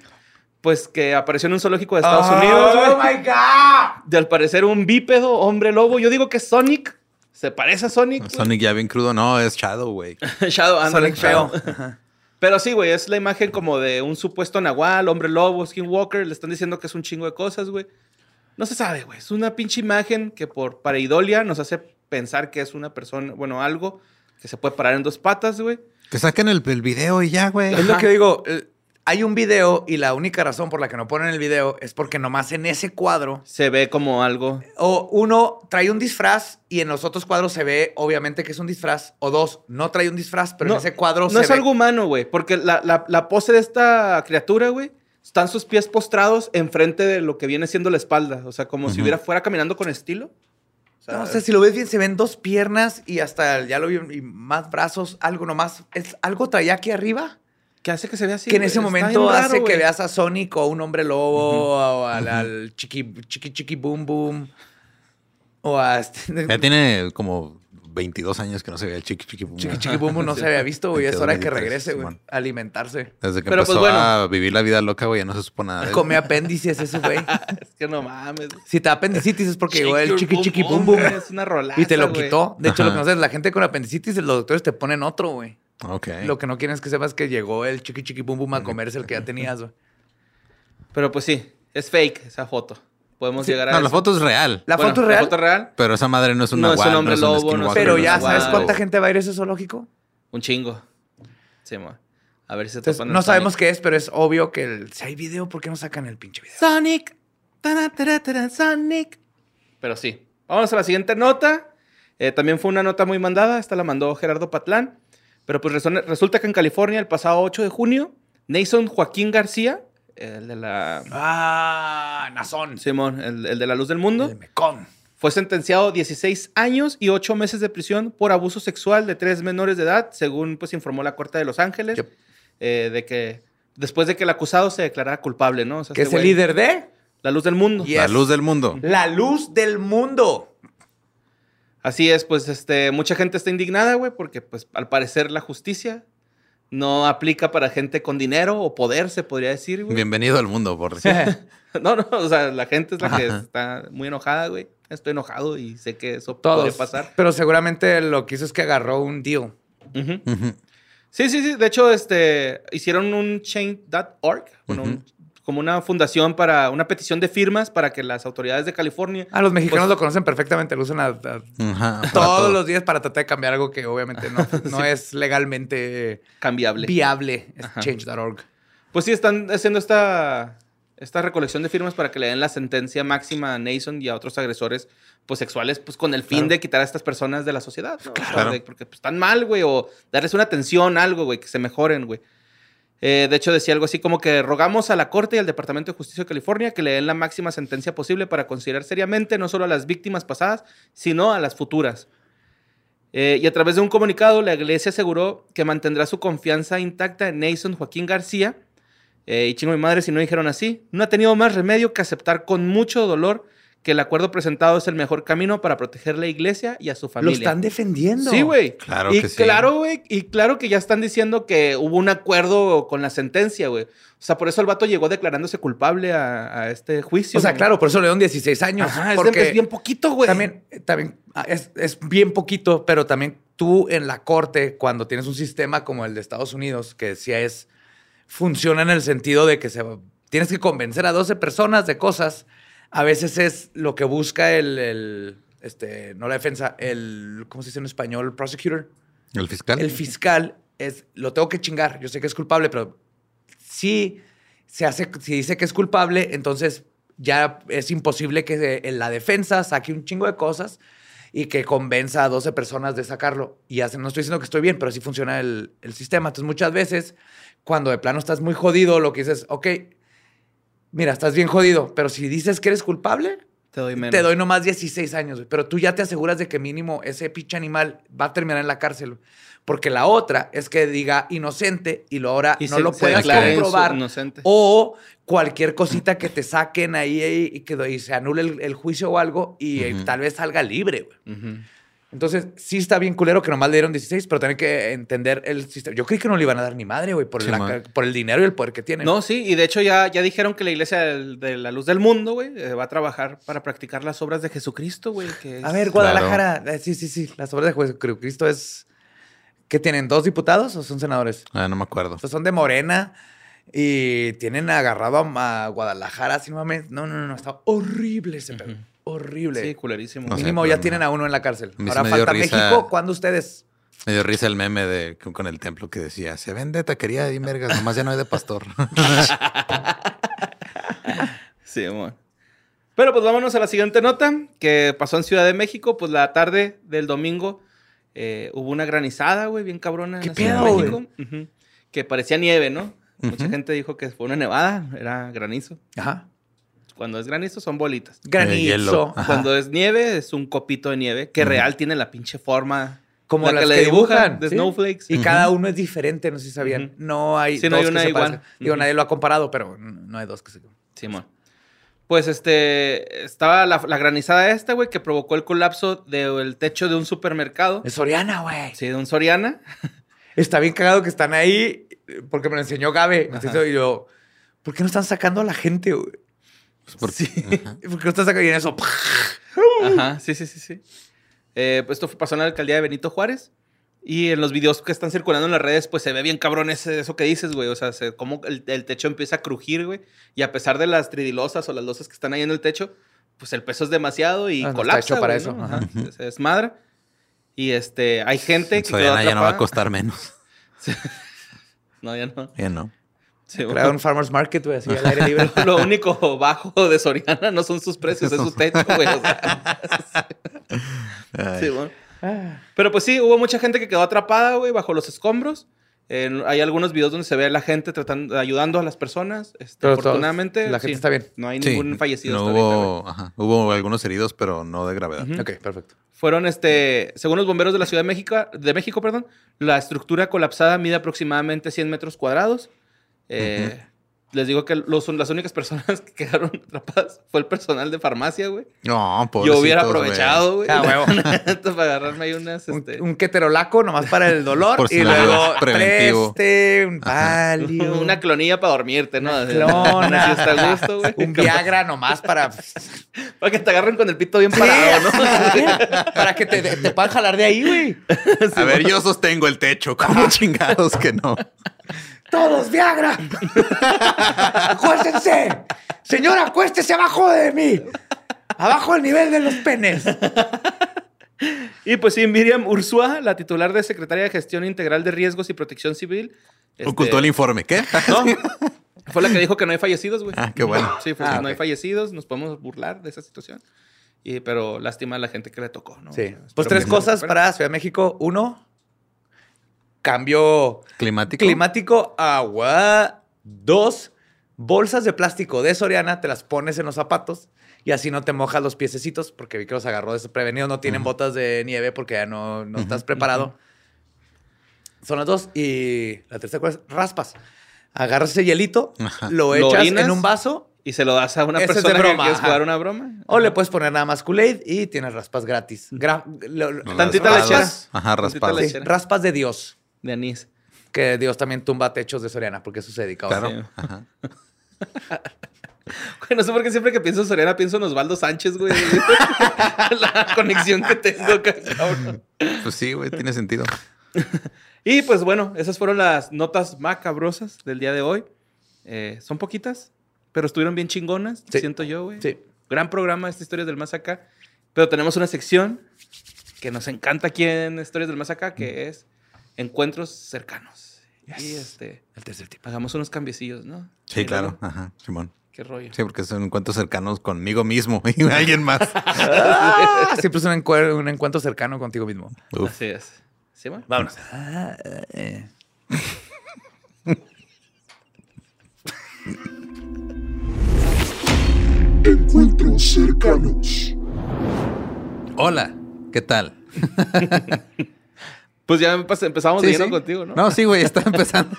pues que apareció en un zoológico de Estados Unidos, güey.
¡Oh, my God!
De al parecer un bípedo, hombre lobo. Yo digo que Sonic se parece a Sonic. güey.
Sonic ya bien crudo. No, es Shadow, güey.
Shadow ándale.
Sonic feo.
Pero sí, güey, es la imagen como de un supuesto nahual, hombre lobo, skinwalker. Le están diciendo que es un chingo de cosas, güey. No se sabe, güey. Es una pinche imagen que por pareidolia nos hace pensar que es una persona, bueno, algo que se puede parar en dos patas, güey.
Que saquen el, el video y ya, güey.
Es lo que digo. eh, Hay un video y la única razón por la que no ponen el video es porque nomás en ese cuadro
Se ve como algo.
O uno trae un disfraz y en los otros cuadros se ve obviamente que es un disfraz. O dos, no trae un disfraz, pero en ese cuadro
no
se
es
ve.
algo humano, güey. Porque la, la- la pose de esta criatura, güey, están sus pies postrados enfrente de lo que viene siendo la espalda. O sea, como si
Ujú.
hubiera fuera caminando con estilo. O sea,
No, o sea, si lo ves bien, se ven dos piernas y hasta ya lo vi y más brazos, algo nomás. Es, algo traía aquí arriba
que hace que se vea así.
que en
güey.
ese
Está
momento
bien raro,
hace que
güey.
veas a Sonic o a un hombre lobo o al, al chiqui, chiqui, chiqui, boom, boom. O a este-
Ya tiene como 22 años que no se ve el chiqui chiqui. Pum.
chiqui, chiqui, boom, boom. No
Sí.
se había visto, güey. Es
22,
hora de que
23,
regrese, güey.
Simón.
a Alimentarse.
Desde que
Pero, pues,
empezó
bueno.
a vivir la vida loca, güey, ya no se supo nada. de él.
Come apéndices ese güey.
Es que no mames. güey.
Si te da apendicitis es porque llegó el chiqui
Boom
chiqui
Boom,
bum bum
güey, Es una rolaza,
y te lo
güey.
quitó. De hecho, lo que
Ajá.
no sabes, la gente con apendicitis, los doctores te ponen otro, güey.
Ok.
Lo que no quieren es que sepas que llegó el chiqui chiqui bum bum a comerse el que ya tenías, güey.
Pero pues sí, es fake esa foto. Podemos llegar a
No, la
eso.
foto es real.
La
Bueno,
foto es real,
La foto real.
Pero esa madre no es un
No es un
nahual,
hombre lobo, no es
skinwalker,
pero
no
ya
sé,
sabes
wow.
cuánta gente va a ir a ese zoológico.
Un chingo. Sí, mo. A ver si se
Entonces,
topan
no
el
sabemos
Sonic.
qué es, pero es obvio que el- si hay video, ¿por qué no sacan el pinche video?
Sonic. Tana, tara, tara, Sonic. Pero sí. Vamos a la siguiente nota. Eh, también fue una nota muy mandada. Esta la mandó Gerardo Patlán. Pero pues resuena- resulta que en California, el pasado 8 de junio, Nason Joaquín García, el de la.
Ah, Nazón.
Simón, el, el de la luz del mundo.
El mecón.
Fue sentenciado a 16 años y 8 meses de prisión por abuso sexual de tres menores de edad, según pues informó la Corte de Los Ángeles,
Yep.
eh, de que después de que el acusado se declarara culpable, ¿no? O sea,
Que es
este
el
güey,
líder de
La luz del mundo.
Yeah.
La
Yes.
luz del mundo.
la luz del mundo.
Así es, pues este, mucha gente está indignada, güey, porque pues al parecer la justicia no aplica para gente con dinero o poder, se podría decir, güey.
Bienvenido al mundo, por
No, no, o sea, la gente es la que
Ajá.
está muy enojada, güey. Estoy enojado y sé que eso
Todos.
podría pasar.
Pero seguramente lo que hizo es que agarró un deal.
Ujú.
Ujú.
Sí, sí, sí. De hecho, este, hicieron un change.org, bueno, un-
Ujú.
como una fundación para una petición de firmas para que las autoridades de California.
A Ah, los mexicanos
Pues-
lo conocen perfectamente, lo usan a- a- todos
Ajá, para todo.
los días para tratar de cambiar algo que obviamente no, no es legalmente
Cambiable.
viable. Es
Ajá.
change.org.
Pues sí, están haciendo esta, esta recolección de firmas para que le den la sentencia máxima a Nason y a otros agresores pues, sexuales, pues con el fin de quitar a estas personas de la sociedad. ¿no? O sea,
Claro.
de- porque pues, están mal, güey, o darles una atención, algo, güey, que se mejoren, güey. Eh, de hecho, decía algo así como que rogamos a la Corte y al Departamento de Justicia de California que le den la máxima sentencia posible para considerar seriamente no solo a las víctimas pasadas, sino a las futuras. Eh, y a través de un comunicado, la iglesia aseguró que mantendrá su confianza intacta en Nason Joaquín García. Eh, y chingo mi madre si no dijeron así. No ha tenido más remedio que aceptar con mucho dolor que el acuerdo presentado es el mejor camino para proteger la iglesia y a su
Lo
familia.
están defendiendo.
Sí, güey.
Claro
y
que sí.
Claro, güey. Y claro que ya están diciendo que hubo un acuerdo con la sentencia, güey. O sea, por eso el vato llegó declarándose culpable a, a este juicio.
O sea,
güey.
claro, por eso le dieron 16 años.
Ajá, es, de-
porque
es bien poquito, güey.
también, también ah, es, es bien poquito, pero también tú en la corte, cuando tienes un sistema como el de Estados Unidos, que sí es, funciona en el sentido de que se, tienes que convencer a 12 personas de cosas, a veces es lo que busca el, el, este, no la defensa, el, ¿cómo se dice en español? Prosecutor,
¿El fiscal?
el fiscal. es, lo tengo que chingar. Yo sé que es culpable, pero si se hace, si dice que es culpable, entonces ya es imposible que se- en la defensa saque un chingo de cosas y que convenza a 12 personas de sacarlo. Y hacen, no estoy diciendo que estoy bien, pero así funciona el, el sistema. Entonces, muchas veces, cuando de plano estás muy jodido, lo que dices, ok, mira, estás bien jodido, pero si dices que eres culpable,
Te doy menos.
te doy nomás 16 años, güey. Pero tú ya te aseguras de que mínimo ese pinche animal va a terminar en la cárcel. güey. Porque la otra es que diga inocente y lo ahora
Y
no
se-
lo
se
puedas
declara insu-
comprobar.
inocente.
O cualquier cosita que te saquen ahí, ahí, y que do- y se anule el, el juicio o algo y eh,
Ujú.
tal vez salga libre, güey.
Ujú.
Entonces, sí está bien culero que nomás le dieron 16, pero tienen que entender el sistema. Yo creí que no le iban a dar ni madre, güey, por,
Sí,
la-
man.
por el dinero y el poder que tiene.
No, sí, y de hecho ya, ya dijeron que la iglesia del- de la luz del mundo, güey, eh, va a trabajar para practicar las obras de Jesucristo, güey. que
A
es-
ver, Guadalajara. eh, Sí, sí, sí. Las obras de Jesucristo es. ¿Qué tienen? ¿Dos diputados o son senadores?
Ah, no me acuerdo.
O sea, son de Morena y tienen agarrado a, a Guadalajara, si no mames. No, no, no, no, Está horrible ese pedo. Horrible.
Sí, culerísimo.
No sé,
Mínimo
pero
ya
no.
tienen a uno en la cárcel.
A mí se
Ahora
me dio
falta
risa.
México. ¿Cuándo ustedes?
Me dio risa el meme de con el templo que decía, se vende taquería y mergas, nomás ya no hay de pastor.
Sí, amor. Pero pues vámonos a la siguiente nota que pasó en Ciudad de México. Pues la tarde del domingo eh, hubo una granizada, güey, bien cabrona. en
¿Qué
la Ciudad de
pedo,
México. Ujú. Que parecía nieve, ¿no? Mucha
Ujú.
gente dijo que fue una nevada, era granizo.
Ajá.
Cuando es granizo son bolitas.
Granizo.
hielo.
ajá.
Cuando es nieve es un copito de nieve que
Ujú.
real tiene la pinche forma.
Como
la
las
que
que,
le dibujan,
dibujan.
de
¿sí?
snowflakes.
Y
Ujú.
cada uno es diferente, no sé si sabían.
Ujú.
No hay
Sí, no hay
dos que
una
se
igual.
parezcan. Digo,
Ujú.
nadie lo ha comparado, pero no hay dos que se
Simón. Pues este, estaba la, la granizada esta, güey, que provocó el colapso del techo de un supermercado.
Es Soriana, güey.
Sí, de un Soriana.
Está bien cagado que están ahí eh, porque me lo enseñó Gabe. Me
Ajá.
hizo- y yo, ¿por qué no están sacando a la gente? güey?
sí.
¿Por qué no están sacando? Y en eso,
Ajá, sí, sí, sí, sí. Eh, pues esto fue- pasó en la alcaldía de Benito Juárez. Y en los videos que están circulando en las redes, pues se ve bien cabrón ese- eso que dices, güey. O sea, se, cómo el, el techo empieza a crujir, güey. Y a pesar de las tridilosas o las losas que están ahí en el techo, pues el peso es demasiado y
Ah, no está
colapsa.
hecho para
güey, ¿no?
eso,
Ajá,
ajá.
se- Se desmadra. Y este, hay gente que. quedó
Soriana ya no va a
atrapada.
costar menos.
No, ya no.
Ya no.
Sí, güey.
crearon un farmer's market, güey, así al aire libre.
Lo único bajo de Soriana no son sus precios, es su techo, güey. o sea,
Ay.
sí, bueno.
Ah.
Pero pues sí, hubo mucha gente que quedó atrapada, güey, bajo los escombros. En- hay algunos videos donde se ve a la gente tratando, ayudando a las personas. Este,
Pero todos-
afortunadamente,
la gente
sí,
está bien.
No hay
Sí,
ningún fallecido.
no
hasta ahorita, güey.
hubo, ajá, hubo algunos heridos, pero no de gravedad.
Ujú.
Ok, perfecto.
Fueron, este, según los bomberos de la Ciudad de México, de México, perdón, la estructura colapsada mide aproximadamente 100 metros cuadrados. Eh, Les digo que los, son las únicas personas que quedaron atrapadas fue el personal de farmacia, güey.
No,
Yo
pobrecitos,
hubiera
güey.
aprovechado, güey.
Ah, huevo.
la neta, para agarrarme ahí unas,
Un,
este,
un keterolaco nomás para el dolor
Por si
y
las
luego
dudas, preventivo.
preste, un
Ajá.
palio,
una clonilla para dormirte, ¿no? Así,
clona.
así está a gusto, güey.
un Viagra nomás para...
Para que te agarren con el pito bien parado, ¿no?
para que te, te puedan jalar de ahí, güey.
A ver, yo sostengo el techo. ¿Cómo chingados que no?
¡Todos Viagra! ¡Acuéstense! Señora, acuéstese abajo de mí. Abajo del nivel de los penes.
Y pues sí, Miriam Ursúa, la titular de Secretaría de Gestión Integral de Riesgos y Protección Civil. este,
Ocultó el informe. ¿Qué?
No, fue la que dijo que no hay fallecidos, güey.
Ah, qué bueno.
Sí, pues
Ah,
no hay
ok.
fallecidos, nos podemos burlar de esa situación. Y, pero lástima a la gente que le tocó, ¿no? O sea,
Sí.
espero
Pues
que
tres
se
cosas
recupere.
para Ciudad de México. Uno, cambio
Climático.
climático, agua. Dos, bolsas de plástico de Soriana, te las pones en los zapatos y así no te mojas los piececitos porque vi que los agarró desprevenidos. No tienen botas de nieve porque ya no, no estás preparado. Son las dos. Y la tercera cosa es raspas. Agarras ese hielito,
Ajá.
Lo
lo echas en
orinas.
un vaso
Y se lo das a una
Ese es de
persona
broma,
que quieres
ajá.
jugar una broma.
o le puedes poner nada más Kool-Aid y tienes raspas gratis. Gra- lo- lo-
No,
Tantita
raspadas.
lechera.
Oh, Ajá,
Tantita
raspado.
Sí,
lechera.
raspas de Dios.
De anís.
Que Dios también tumba techos de Soriana porque eso se dedica a
Claro.
Sí.
Ajá.
Güey, No sé por qué siempre que pienso en Soriana pienso en Osvaldo Sánchez, güey. la conexión que tengo, cabrón.
Pues sí, güey, tiene sentido.
Y pues bueno, esas fueron las notas macabrosas del día de hoy. Eh, son poquitas, pero estuvieron bien chingonas,
Sí.
siento yo, güey.
Sí.
Gran programa, esta Historias del Más Acá. Pero tenemos una sección que nos encanta aquí en Historias del Más Acá, que es encuentros cercanos. Y
Yes.
este,
El tercer tipo.
hagamos unos cambiecillos, ¿no?
Sí,
Y luego,
claro. Ajá, Simón.
Qué rollo.
Sí, porque son encuentros cercanos conmigo mismo y alguien más.
Ah, siempre es un, encuer- un encuentro cercano contigo mismo.
Uf.
Así es. ¿Sí, bueno?
Vámonos. Ah, eh.
Encuentros cercanos.
Hola, ¿qué tal?
Pues ya empe- empezamos
Sí,
de lleno
sí.
contigo, ¿no?
No, sí, güey, está empezando.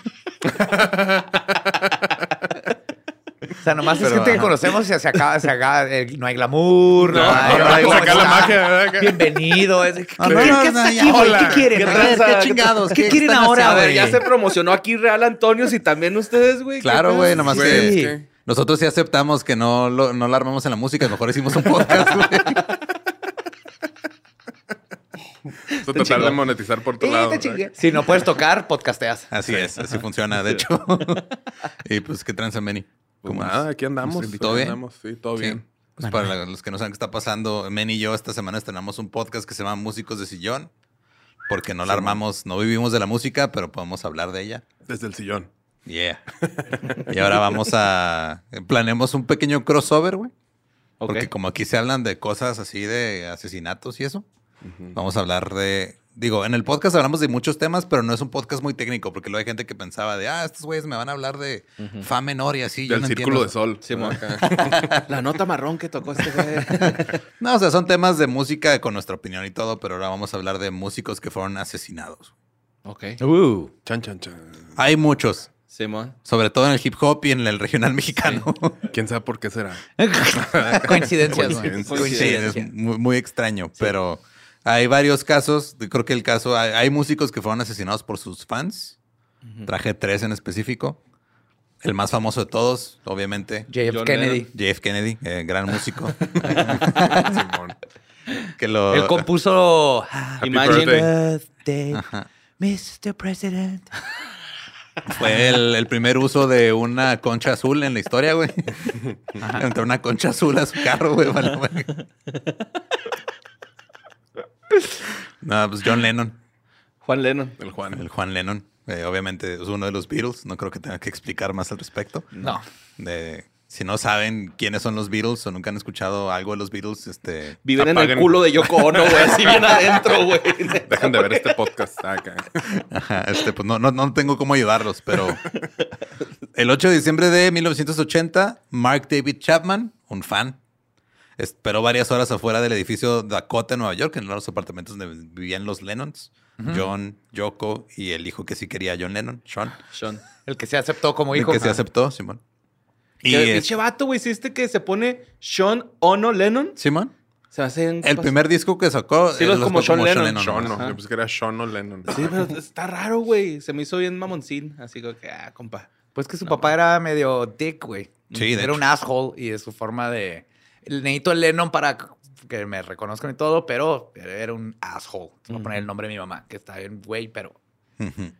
O sea, nomás es
Pero,
que te
ajá.
conocemos y se acaba, se acaba, eh, no hay glamour, no,
No,
hay,
no hay
¿cómo
sacar la
está?
magia, ¿verdad?
Bienvenido. es- ¿Qué,
No,
qué-
no,
qué
no,
está
no, ya.
aquí, güey?
Hola.
¿Qué quieren?
¿Qué
A ver,
tranza?
¿Qué
¿Qué-
chingados?
qué
¿Qué quieren
están
ahora,
A ver,
haciendo?
güey?
ya
Sí.
se promocionó aquí Real Antonios y también ustedes, güey. ¿Qué
Claro,
pedo?
güey, nomás
Sí.
que
Es
que-
nosotros sí aceptamos que no lo, no la armamos en la música, mejor hicimos un podcast, güey.
Esto tratar de monetizar por
Sí,
tu lado.
te
¿verdad?
chingué. Si no puedes tocar, podcasteas.
Así es, así funciona, de hecho. y pues, ¿qué tranza, Manny?
Pues
¿Cómo
nada,
es?
aquí andamos.
¿Todo bien?
Andamos, sí, todo
Sí.
bien.
Pues para la- los que no saben qué está pasando, Men y yo esta semana estrenamos un podcast que se llama Músicos de Sillón, porque no la armamos, no vivimos de la música, pero podemos hablar de ella.
Desde el sillón.
Yeah. y ahora vamos a... Planeamos un pequeño crossover, güey.
Ok.
Porque como aquí se hablan de cosas así de asesinatos y eso, vamos a hablar de... Digo, en el podcast hablamos de muchos temas, pero no es un podcast muy técnico, porque luego hay gente que pensaba de, ah, estos güeyes me van a hablar de fa menor y así. yo
Del
no entiendo".
círculo de sol.
Simón.
Acá.
La nota marrón que tocó este güey.
No, o sea, son temas de música con nuestra opinión y todo, pero ahora vamos a hablar de músicos que fueron asesinados.
ok.
Chan, chan, chan.
Hay muchos,
Simón.
sobre todo en el hip hop y en el regional mexicano.
¿Quién sabe por qué será?
Ah, Coincidencias, güey.
Coincidencias.
Sí, es
Coincidencias.
muy, muy extraño, pero hay varios casos. Yo Creo que el caso, hay, hay músicos que fueron asesinados por sus fans. Traje tres en específico. El más famoso de todos, obviamente,
JF
John
Kennedy.
JF Kennedy, eh, gran músico.
Simón.
que lo,
Él compuso
Happy
Imagine-
birthday.
Birthday,
Ajá.
Mr. President.
Fue el, el primer uso de una concha azul en la historia, güey. Entre una concha azul a su carro, güey. vale, güey. No, pues John Lennon,
Juan Lennon.
El Juan.
el Juan Lennon. eh, obviamente es uno de los Beatles. No creo que tenga que explicar más al respecto.
No.
De- si no saben quiénes son los Beatles o nunca han escuchado algo de los Beatles, este.
Viven en el
Apaguen.
culo de Yoko Ono, güey. Así bien adentro, güey.
Dejen de ver este podcast acá.
Ajá, este, pues no, no, no tengo cómo ayudarlos, pero el 8 de diciembre de 1980, Mark David Chapman, un fan, esperó varias horas afuera del edificio Dakota en Nueva York, en los apartamentos donde vivían los Lennons, John, Yoko y el hijo que sí quería a John Lennon, Sean,
Sean.
El que se aceptó como
el
hijo.
que se aceptó, Simón. Y
¿Qué
es-
pinche vato, güey? ¿Hiciste que se pone Sean Ono Lennon?
Simón,
Se hace un
el
pas-
primer disco que sacó eh,
Sí, los
él lo
como
sacó
Sean Lennon.
Sean,
nomás.
no. Yo pensé que era Sean o Lennon.
Sí, pero está raro, güey. Se me hizo bien mamoncín. Así como que, ah, compa.
Pues que su papá era medio dick, güey.
Sí,
Era
de hecho.
un asshole y de su forma de. Necesito el Lennon para que me reconozcan y todo, pero era un asshole. Te Voy a poner el nombre de mi mamá, que está bien, güey, pero.
Ujú.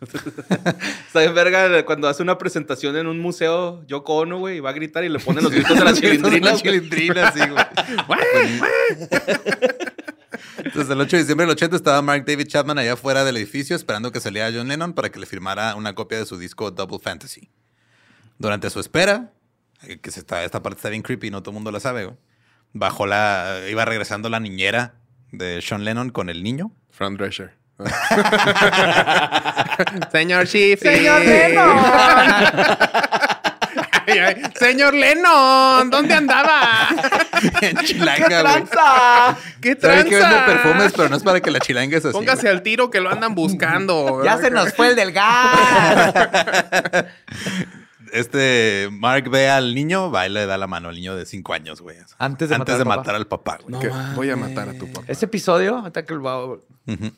Está bien verga cuando hace una presentación en un museo, Yoko Ono, güey, y va a gritar y le ponen los gritos de la
La
chilindrina. güey.
chilindrina, sí, güey. Pues, Entonces, el 8 de diciembre del 80 estaba Mark David Chapman allá afuera del edificio esperando que saliera John Lennon para que le firmara una copia de su disco Double Fantasy. Durante su espera, eh, que se está, esta parte está bien creepy, no todo el mundo la sabe, güey, bajó la, iba regresando la niñera de Sean Lennon con el niño.
Fran Drescher.
Señor Chief. Señor Lennon.
Señor Lennon, ¿dónde andaba?
En chilanga, güey.
¿Qué
Sabe que vende perfumes, pero no es para que la chilanga es así. güey.
al tiro que lo andan buscando.
Ya se nos fue el del gas.
Este Mark ve al niño, va y le da la mano al niño de 5 años, güey.
Antes de matar al papá.
al papá, güey.
Que voy a matar a tu papá.
Este episodio, ahorita que lo va-
Ujú.
Mm.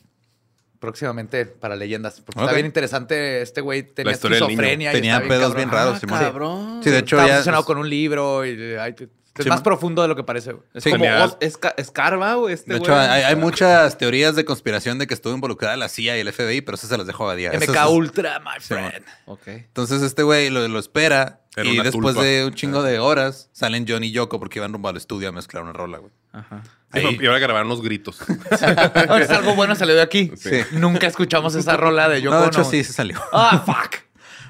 próximamente para leyendas, porque
Ok.
está bien interesante. Este güey tenía
La historia del niño.
esquizofrenia. y
Tenía
está
pedos bien
cabrón.
raros,
Ah,
Simón.
cabrón.
Sí, de hecho
Estaba
ya.
obsesionado con un libro y eh, ay, es
Simón.
más profundo de lo que parece. güey. oh,
Es
Sí,
como
tenía-
os- esca- escarba, güey, este
de
güey.
hecho, hay, hay muchas teorías de conspiración de que estuvo involucrada la CIA y el FBI, pero eso se las dejo a día.
MK Ultra, my friend.
Ok.
Entonces, este güey lo, lo espera
Era
y
una
después
tulpa.
de un chingo de horas salen John y Yoko porque iban rumbo al estudio a mezclar una rola, güey.
Ajá.
Ahí-
Y ahora grabaron los gritos.
Ahora, es algo bueno salió de aquí.
Sí.
Nunca escuchamos esa rola de Yoko
no, de hecho
Ono.
sí se salió.
Ah, fuck.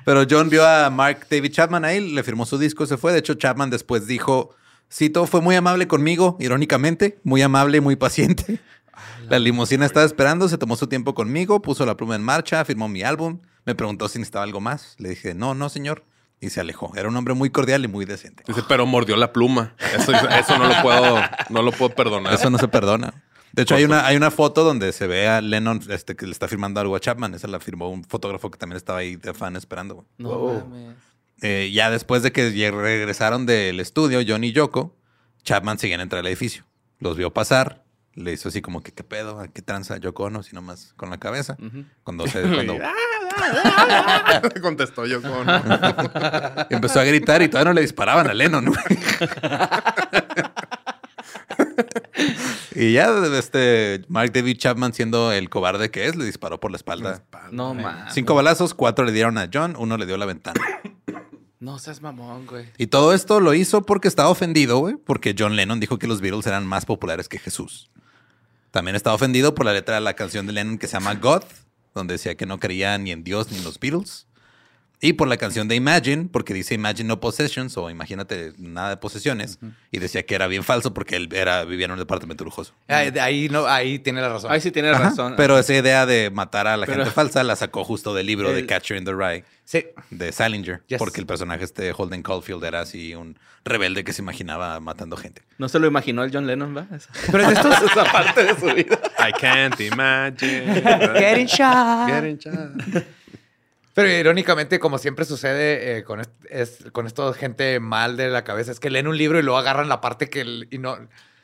Pero John vio a Mark David Chapman ahí, le firmó su disco, se fue. De hecho, Chapman después dijo, Cito fue muy amable conmigo, irónicamente, muy amable, y muy paciente. La limusina estaba esperando, se tomó su tiempo conmigo, puso la pluma en marcha, firmó mi álbum, me preguntó si necesitaba algo más. Le dije, no, no, señor. Y se alejó. Era un hombre muy cordial y muy decente.
Dice, pero mordió la pluma. Eso, eso no lo puedo, no lo puedo perdonar.
Eso no se perdona. De hecho, hay una, hay una foto donde se ve a Lennon este, que le está firmando algo a Chapman. Esa la firmó un fotógrafo que también estaba ahí de fan esperando. güey.
No
Wow.
mames.
Eh, ya después de que lleg- regresaron del estudio, John y Yoko, Chapman seguían entrar al edificio. Los vio pasar, le hizo así como que qué pedo, ¿A qué tranza Yoko Ono, si nomás con la cabeza. Cuando se cuando
Contestó yo con.
empezó a gritar y todavía no le disparaban a Lennon. güey. y ya este Mark David Chapman siendo el cobarde que es, le disparó por la espalda.
No mames.
Cinco balazos, cuatro le dieron a John, uno le dio la ventana.
No seas mamón, güey.
Y todo esto lo hizo porque estaba ofendido, güey, porque John Lennon dijo que los Beatles eran más populares que Jesús. También estaba ofendido por la letra de la canción de Lennon que se llama God, donde decía que no creía ni en Dios ni en los Beatles. Y por la canción de Imagine, porque dice Imagine no possessions o imagínate nada de posesiones. Y decía que era bien falso porque él era, vivía en un departamento lujoso.
Ahí, ahí no, ahí tiene la razón.
Ahí sí tienes
Ajá,
razón.
Pero esa idea de matar a la
Pero-
gente falsa la sacó justo del libro de
El-
Catcher in the Rye
Sí.
de Salinger,
Yes.
porque el personaje este de Holden Caulfield era así un rebelde que se imaginaba matando gente.
No se lo imaginó el John Lennon, ¿va? Esa-
Pero es de estos.
Esa parte de su vida.
I can't imagine.
Getting shot.
Getting shot.
Pero irónicamente, como siempre sucede eh, con, est- es, con esto gente mal de la cabeza, es que leen un libro y luego agarran la parte que... el- y no,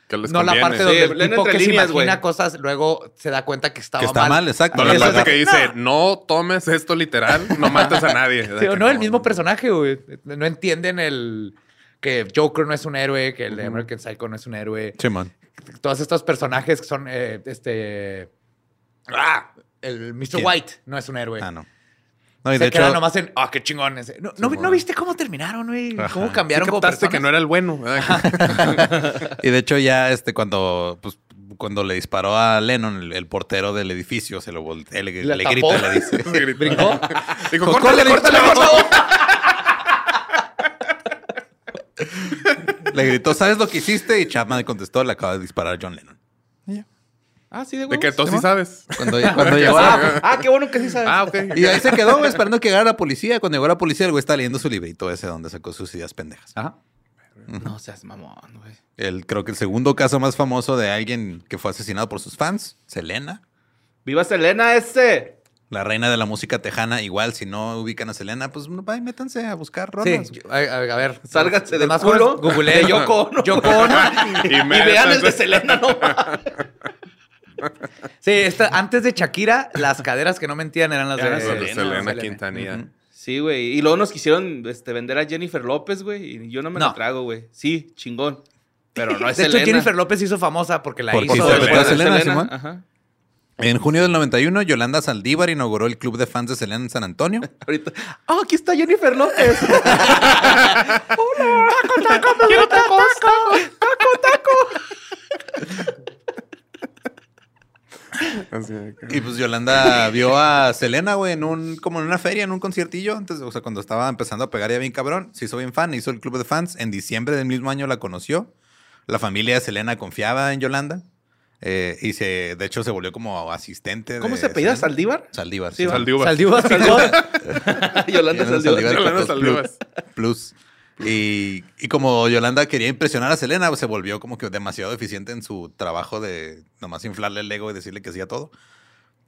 Que les
no la
conviene.
parte
Sí,
donde el
leen
tipo
entre
que
líneas,
se imagina
güey.
cosas, luego se da cuenta que estaba
que está mal, exacto.
No, la
Eso es
parte
de-
que dice, no tomes esto literal, no mates a nadie.
Sí, o no, el mismo personaje, güey. No entienden el... Que Joker no es un héroe, que el de American Psycho no es un héroe.
Simón.
Todos estos personajes que son, eh, este... Ah, el Mr.
¿Quién?
White no es un héroe.
Ah, no. No, y
se
de hecho,
quedan nomás en, ah, qué chingón ese. No, no, vi- no viste cómo terminaron, güey. Cómo
Ajá.
cambiaron como
captaste que
personas?
no era el bueno. ¿verdad?
y de hecho ya este cuando pues, cuando le disparó a Lennon el, el portero del edificio se lo voltea, le,
La
le
tapó.
grita, le dice.
Brincó.
Dijo,
Con-
córtale,
córtale,
córtale,
chavo".
córtale.
Le gritó, "¿Sabes lo que hiciste?" y Chapman le contestó, "Le acaba de disparar a John Lennon."
Ah, sí, de
De
huevos.
que tú sí sabes.
Cuando, cuando llegó a-
Ah, ah, qué bueno que sí sabes.
Ah, ok.
y ahí se quedó güey, esperando que llegara la policía. Cuando llegó la policía, el güey estaba leyendo su librito ese donde sacó sus ideas pendejas.
No seas mamón, güey.
El, creo que el segundo caso más famoso de alguien que fue asesinado por sus fans, Selena.
¡Viva Selena ese!
La reina de la música tejana, igual, si no ubican a Selena, pues no, vayan, métanse a buscar
Sí,
rolas.
yo- a, a- a ver.
Sálganse del
Nomás
culo
Googleé
de Yoko
Yoko
Ono.
Yoko Ono.
Y,
Y vean
este
el de Selena, no mames.
Sí, esta- antes de Shakira, las caderas que no mentían eran las de,
Eran
Los de
Selena,
"Ah, este Selena
Selena.
Quintanilla.
Sí, güey. Y luego nos quisieron este, vender a Jennifer López, güey. Y yo no me
No.
lo trago, güey. Sí, chingón. Pero no es
De hecho,
Selena.
Jennifer López se hizo famosa porque la
Porque
hizo.
hizo
después
Selena.
de-
Selena, Simón.
Ajá.
En junio del 91, Yolanda Saldívar inauguró el club de fans de Selena en San Antonio.
Ahorita. ¡Ah, aquí está Jennifer López!
Así de que-
Y pues Yolanda vio a Selena, güey, en un, como en una feria, en un conciertillo. Antes, o sea, cuando estaba empezando a pegar ya bien cabrón, se hizo bien fan, hizo el club de fans. En diciembre del mismo año la conoció. La familia de Selena confiaba en Yolanda. eh, y se, de hecho, se volvió como asistente.
¿Cómo
de
se apellida?
Selena.
¿Saldívar?
Saldívar.
Sí,
Saldívar.
Saldívar.
Saldívar, Saldívar.
Yolanda Saldívar.
Yolanda Saldívar.
Yolanda
Tacos
Saldívar.
Plus. Y, y como Yolanda quería impresionar a Selena, pues, se volvió como que demasiado eficiente en su trabajo de nomás inflarle el ego y decirle que sí a todo.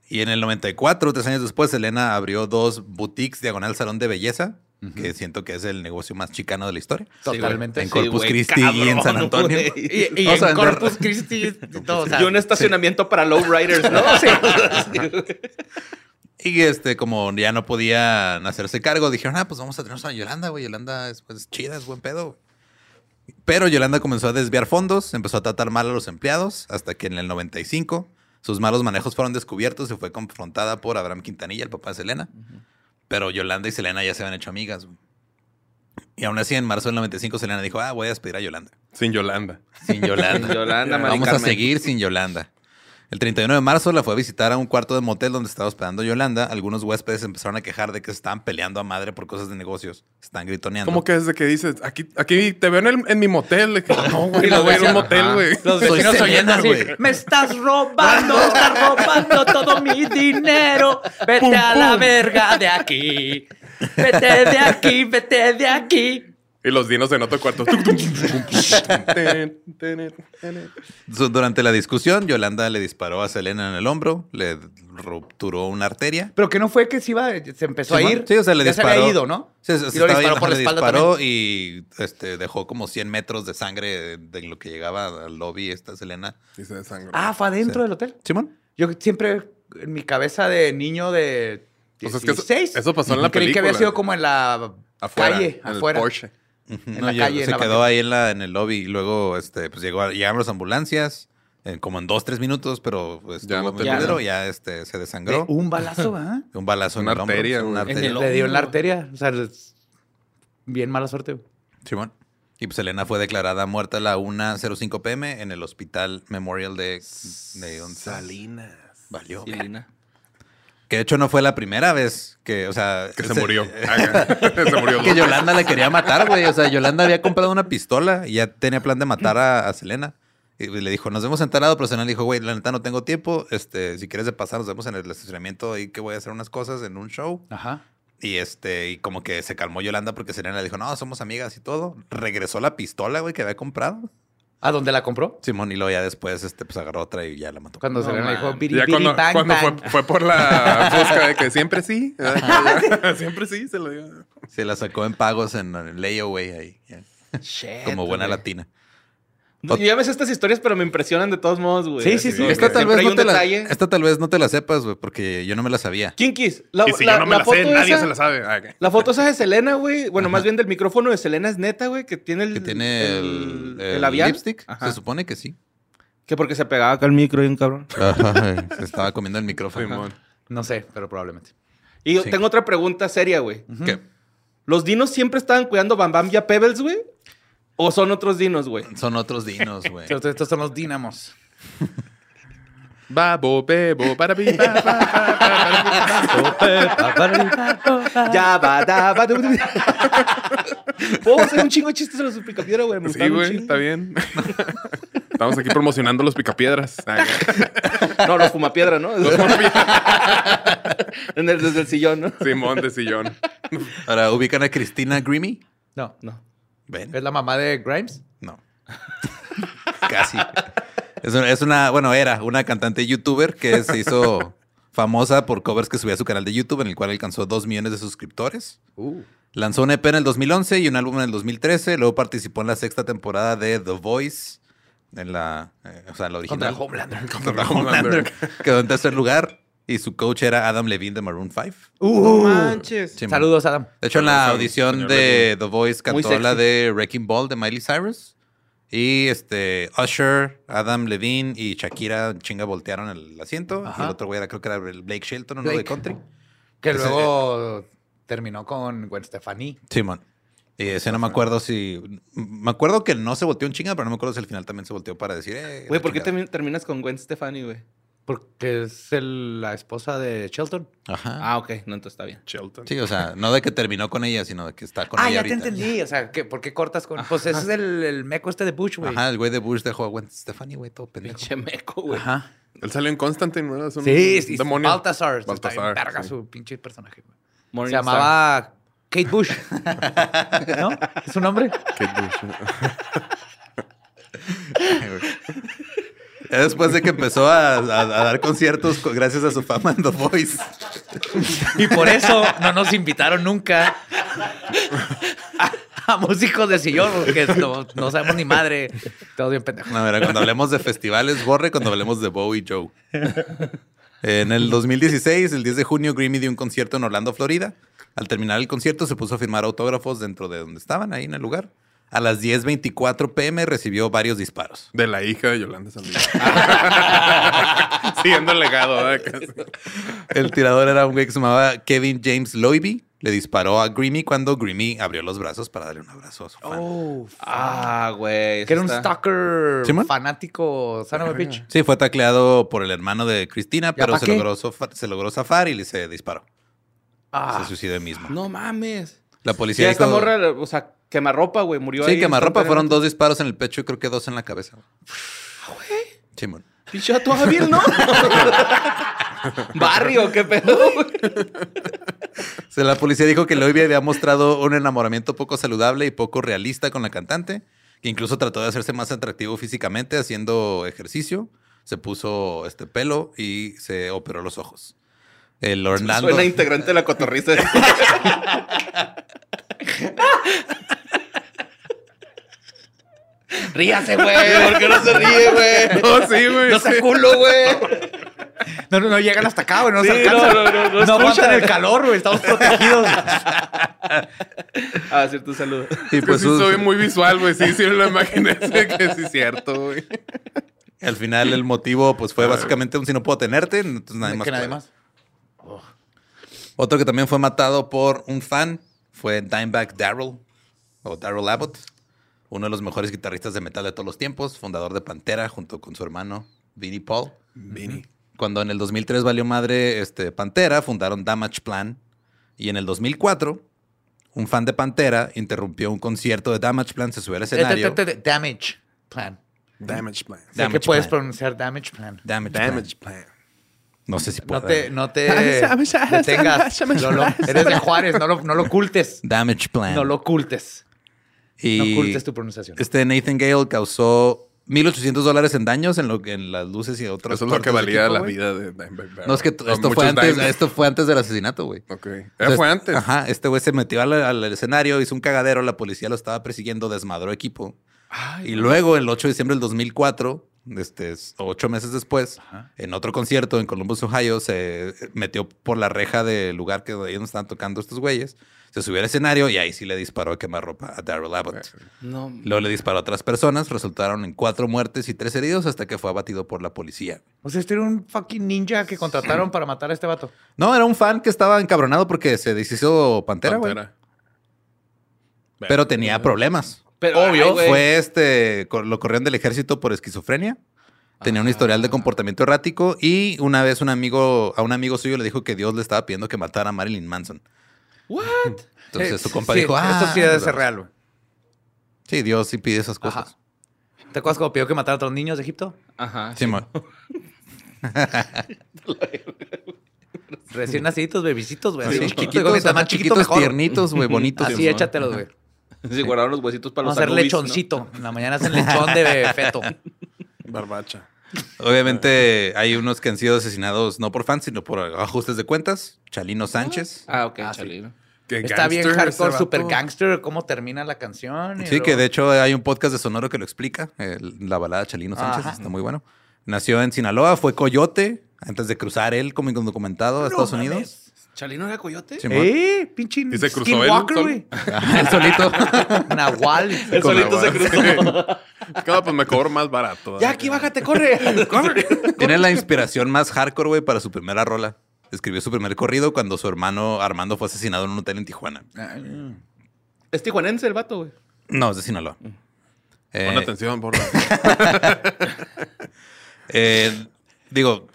Y en el 94, tres años después, Selena abrió dos boutiques diagonal salón de belleza, que siento que es el negocio más chicano de la historia.
Totalmente.
En
Sí,
Corpus
güey,
Christi y en
cabrón,
San Antonio.
güey.
Y, y
Vamos a
en
vender-
Corpus Christi y todo. o sea,
Y un estacionamiento para lowriders, ¿no? Sí. güey.
Y este, como ya no podían hacerse cargo, dijeron, ah, pues vamos a tener a Yolanda, güey. Yolanda es pues, chida, es buen pedo, güey". Pero Yolanda comenzó a desviar fondos, empezó a tratar mal a los empleados, hasta que en el 95 sus malos manejos fueron descubiertos y fue confrontada por Abraham Quintanilla, el papá de Selena. Pero Yolanda y Selena ya se habían hecho amigas, güey. Y aún así, en marzo del 95, Selena dijo, ah, voy a despedir a Yolanda.
Sin Yolanda.
Sin Yolanda.
Sin Yolanda, Mari
Vamos a
Carmen.
seguir sin Yolanda. El 31 de marzo la fue a visitar a un cuarto de motel donde estaba hospedando Yolanda. Algunos huéspedes empezaron a quejar de que se estaban peleando a madre por cosas de negocios. Se Estaban gritoneando.
¿Cómo que desde que dices, aquí, aquí te veo en, el- en mi motel? Le dije, no, güey, no voy a ir a un motel, güey.
Los
Soy
vecinos oyendo
Selena,
así,
güey.
me estás robando, estás robando todo mi dinero. Vete
Pum,
a la
pum.
verga de aquí. Vete de aquí, vete de aquí.
Y los dinos en otro cuarto.
Su- Durante la discusión, Yolanda le disparó a Selena en el hombro, le rupturó una arteria.
Pero que no fue que se iba, se empezó a
Simón.
ir.
Sí, o sea, le
ya
disparó.
se había ido, ¿no?
Sí, se- se
y luego le disparó
estaba yendo,
por la
le
espalda
disparó
también.
y este, dejó como 100 metros de sangre de, de lo que llegaba al lobby esta Selena.
Y se desangró.
Ah, fue adentro
Sí.
del hotel.
Simón.
Yo siempre, en mi cabeza de niño de
O sea, es que eso-
16,
eso pasó en la
creí que
película.
había sido como en la
Afuera,
calle,
en el
afuera.
Porsche.
En
No,
la
llegó-
calle, en
se
la
quedó
banqueta.
ahí en, la, en el lobby y luego este, pues llegó, a- llegaron las ambulancias eh, como en dos, tres minutos, pero pues,
Ya
estuvo
no
muy
terminó.
culero, ya este, se
De
desangró.
un balazo, ¿verdad?
Un balazo
Una
en el hombro,
arteria,
sí, una
güey.
En
arteria.
el- le dio en la arteria. O sea, es- bien mala suerte. güey.
Simón. Y pues Elena fue declarada muerta a la 1.05 pm en el Hospital Memorial de, de Once.
Salinas.
Valió.
Sí, Lina.
Que de hecho no fue la primera vez que, o sea...
Que se
ese-
murió. Ah, se murió.
Que Yolanda le quería matar, güey. O sea, Yolanda había comprado una pistola y ya tenía plan de matar a, a Selena. Y pues, le dijo, nos vemos en tal lado, pero Selena le dijo, güey, la neta no tengo tiempo. Este, si quieres de pasar, nos vemos en el estacionamiento ahí que voy a hacer unas cosas en un show.
Ajá.
Y este, y como que se calmó Yolanda porque Selena le dijo, no, somos amigas y todo. Regresó la pistola, güey, que había comprado.
¿A dónde la compró?
Simón y luego ya después, este, pues agarró otra y ya la mató.
Cuando
No,
se le
man.
dijo, "Biri,
Ya
biri,
cuando,
bang,
cuando
bang".
fue, fue por la busca de que siempre sí. ah, siempre sí, se lo digo.
Se la sacó en pagos en, en layaway ahí. ya.
Shit,
Como buena
güey.
latina.
Yo ya ves estas historias, pero me impresionan de todos modos, güey.
Sí, sí,
Así
sí.
como
Esta
que
tal,
siempre
vez
hay
no
un
te la,
detalle.
esta tal vez no te la sepas, güey, porque yo no me la sabía.
Kinkis, la,
y si
la-
yo no me la,
foto
sé,
esa,
nadie se la sabe. Ah, ok.
La foto esa de Selena, güey. Bueno, más bien del micrófono de Selena es neta, güey, que tiene el
Que tiene
el,
el, el
el labial.
lipstick.
Ajá.
Se supone que sí.
Que porque se pegaba acá el micro y un cabrón.
Ajá, se estaba comiendo el micrófono.
Simón.
No sé, pero probablemente.
Y yo
Sí.
tengo otra pregunta seria, güey.
Que
¿Los dinos siempre estaban cuidando a Bam Bam y a Pebbles, güey? ¿O son otros dinos, güey?
son otros dinos, güey.
Pero Estos son los dínamos.
Babo, bebo, para pi, pa, pa, pa, para pi.
Ya va, da, va, du, du. Puedo hacer un chingo de chistes a la suplicapiedra, güey. Me
Sí,
gustaron un
güey,
chingo.
está bien. Estamos aquí promocionando los picapiedras. Ah, ok.
No, los fumapiedra, ¿no? En el- desde el sillón, ¿no?
Simón de sillón.
Ahora, ¿ubican a Cristina Grimmie?
No,
No.
Ven.
es la mamá de Grimes.
No. Casi. Es una, es una- bueno, era una cantante youtuber que se hizo famosa por covers que subía a su canal de YouTube, en el cual alcanzó 2 millones de suscriptores. Lanzó un EP en el 2011 y un álbum en el 2013. Luego participó en la sexta temporada de The Voice, en la, eh, o sea, la original.
Contra Homelander.
Contra Homelander. Quedó en tercer lugar y su coach era Adam Levine de Maroon 5.
No manches.
Sí,
Saludos, Adam.
de hecho, en la
Saludos,
audición
señor
de The Voice
Muy
cantó
sexy.
la de Wrecking Ball de Miley Cyrus. Y este Usher, Adam Levine y Shakira chinga voltearon el asiento.
Ajá.
Y el otro güey era, creo que era el Blake Shelton, uno
Blake.
de country.
Que
Ese-
luego terminó con Gwen Stefani.
Simón. Y ese no me acuerdo si. Me acuerdo que no se volteó un chinga, pero no me acuerdo si al final también se volteó para decir. eh,
Güey,
la
¿por qué
chingada.
termi- terminas con Gwen Stefani, güey?
Porque es el- la esposa de Shelton.
Ajá.
Ah, ok. No, entonces está bien.
Shelton.
Sí, o sea, no de que terminó con ella, sino de que está con
ah,
ella.
ya
ahorita.
te entendí. O sea, ¿qué- ¿por qué cortas con...? Pues ese es el, el meco este de Bush, güey.
Ajá, el güey de Bush dejó a Gwen Stefani, güey, todo pendejo.
Pinche meco, güey.
Ajá.
Él salió en Constantine, ¿no? Es un
Sí, sí,
demonio.
Baltasar. Está bien
Baltasar,
verga
sí.
su pinche personaje. güey. Se
Morningstar.
llamaba Kate Bush. ¿No? ¿Es su nombre?
Kate Bush.
Ya Después de que empezó a, a- a dar conciertos con- gracias a su fama en The Voice.
Y por eso no nos invitaron nunca a, a músicos de sillón, porque no, no sabemos ni madre. Todo bien pendejo.
No, mira, cuando hablemos de festivales, borre cuando hablemos de Bowie Joe. En el 2016, el 10 de junio, Grimmy dio un concierto en Orlando, Florida. Al terminar el concierto, se puso a firmar autógrafos dentro de donde estaban, ahí en el lugar. A las 10.24 pm recibió varios disparos.
De la hija de Yolanda Saldívar. Siguiendo el legado. ¿verdad?
El tirador era un güey que se llamaba Kevin James Loiby, le disparó a Grimmy cuando Grimmy abrió los brazos para darle un abrazo a su fan.
Oh,
Ah, güey.
que era un
stock.
stalker
¿Simón?
fanático, son of a bitch.
Sí, fue tacleado por el hermano de Cristina, pero
pa'
se
qué?
logró, zafa- se logró zafar y le se disparó.
Ah.
Se suicidó él mismo.
No mames.
La
Sí,
policía
esta
dijo-
morra, o sea, quemarropa, güey. Murió ahí.
Sí, quemarropa. Fueron
instantáneamente.
dos disparos en el pecho y creo que dos en la cabeza.
Ah,
Simón.
Pinche vato hábil, ¿no? Barrio, qué pedo, güey.
O sea, la policía dijo que Loewe había mostrado un enamoramiento poco saludable y poco realista con la cantante, que incluso trató de hacerse más atractivo físicamente haciendo ejercicio, se puso este pelo y se operó los ojos. El Orlando,
Suena integrante de la cotorriza.
Ríase, güey.
¿Por qué no se ríe, güey?
No, sí, güey.
No se culo, güey. No, no, no llegan hasta acá, güey. No se
Sí,
alcanzan.
no, no, no, no
No aguantan
escuchan.
el calor, güey. Estamos protegidos.
Ah, cierto, saludo.
y
Pues
pues
sí,
sus-
soy muy visual, güey. Sí, sí, me lo imaginé. sé que sí es cierto, güey.
al final el motivo pues fue básicamente un si no puedo tenerte, entonces nadie más.
Que nadie
puede.
más. Oh.
Otro que también fue matado por un fan fue Dimebag Darrell o Darrell Abbott, uno de los mejores guitarristas de metal de todos los tiempos, fundador de Pantera junto con su hermano Vinnie Paul. Cuando en el 2003 valió madre este, Pantera, fundaron Damage Plan y en el 2004 un fan de Pantera interrumpió un concierto de Damage Plan, se subió al escenario.
Eh, Te- te- te- Damage plan.
Damage plan.
Sé que
Damage
puedes
plan.
pronunciar damage plan.
Damage,
Damage
Damage.
plan.
No sé si puedo.
No te, no te detengas. Lolo. Eres de Juárez, no lo, no lo ocultes.
Damage Plan.
No lo ocultes.
y...
No ocultes tu pronunciación.
Este Nathan Gale causó 1.800 dólares en daños en, lo, que- en las luces y otras
Eso es lo que
partes del
valía
equipo,
la
güey.
vida de Dimebag Darrell.
No, es que t-
O
esto fue,
muchos
antes,
Dimebag.
esto fue antes del asesinato, güey.
Ok. Eh,
O sea,
fue
es-
antes.
Ajá, este güey se metió al, al escenario, hizo un cagadero, la policía lo estaba persiguiendo, desmadró equipo. y luego, el 8 de diciembre del 2004, este, es- ocho meses después, en otro concierto en Columbus, Ohio, se metió por la reja del lugar que ellos estaban tocando estos güeyes, se subió al escenario y ahí sí le disparó a quemarropa a Daryl
Eh.
Abbott.
No.
Luego le disparó a otras personas, resultaron en cuatro muertes y tres heridos hasta que fue abatido por la policía.
O sea, este era un fucking ninja que contrataron para matar a este vato.
No, era un fan que estaba encabronado porque se deshizo Pantera, güey.
Pantera. eh.
Pero tenía problemas.
Pero, ay, güey.
Fue este, cor- lo corrieron del ejército por esquizofrenia. Tenía un
Ah.
historial de comportamiento errático y una vez un amigo, a un amigo suyo le dijo que Dios le estaba pidiendo que matara a Marilyn Manson.
¿What?
Entonces
Sí,
su compa
sí,
dijo, ah,
Esto sí debe ser real, güey.
Sí, Dios sí pide esas
Ajá.
cosas.
¿Te acuerdas cuando pidió que matara a otros niños de Egipto?
Ajá.
Sí, mo-
Recién naciditos, bebisitos, güey.
sí,
así,
chiquitos,
Digo, mientras más
ajá,
chiquito,
chiquitos,
mejor.
tiernitos, güey, bonitos.
Así
Sí, mo-
échatelos, güey.
Se guardaron los huesitos para
Vamos
los
a hacer
Anubis, ¿no?
lechoncito. En la mañana hacen lechón de feto.
Barbacha.
Obviamente hay unos que han sido asesinados no por fans, sino por ajustes de cuentas. Chalino Sánchez.
Ah, ok,
Ah, sí.
Chalino.
Qué
Está bien
gangster ese
hardcore,
vato.
super gangster, cómo termina la canción. y
Sí, que
luego-
de hecho hay un podcast de Sonoro que lo explica, el- la balada Chalino Sánchez,
Ajá.
está muy bueno. Nació en Sinaloa, fue coyote antes de cruzar él como documentado a Estados Unidos.
¿Chalino era coyote?
Simón.
¡Eh! Pinche
¿Y se cruzó
Skinwalker,
él
güey.
Ajá, él solito.
Nahual.
El
Con
solito se
agua.
cruzó.
Claro, pues me cobro más barato.
Ya, aquí, bájate, corre. corre.
Tiene la inspiración más hardcore, güey, para su primera rola. Escribió su primer corrido cuando su hermano Armando fue asesinado en un hotel en Tijuana.
Es tijuanense el vato, güey.
No, es de Sinaloa. Eh,
Pon atención, por
Eh, digo,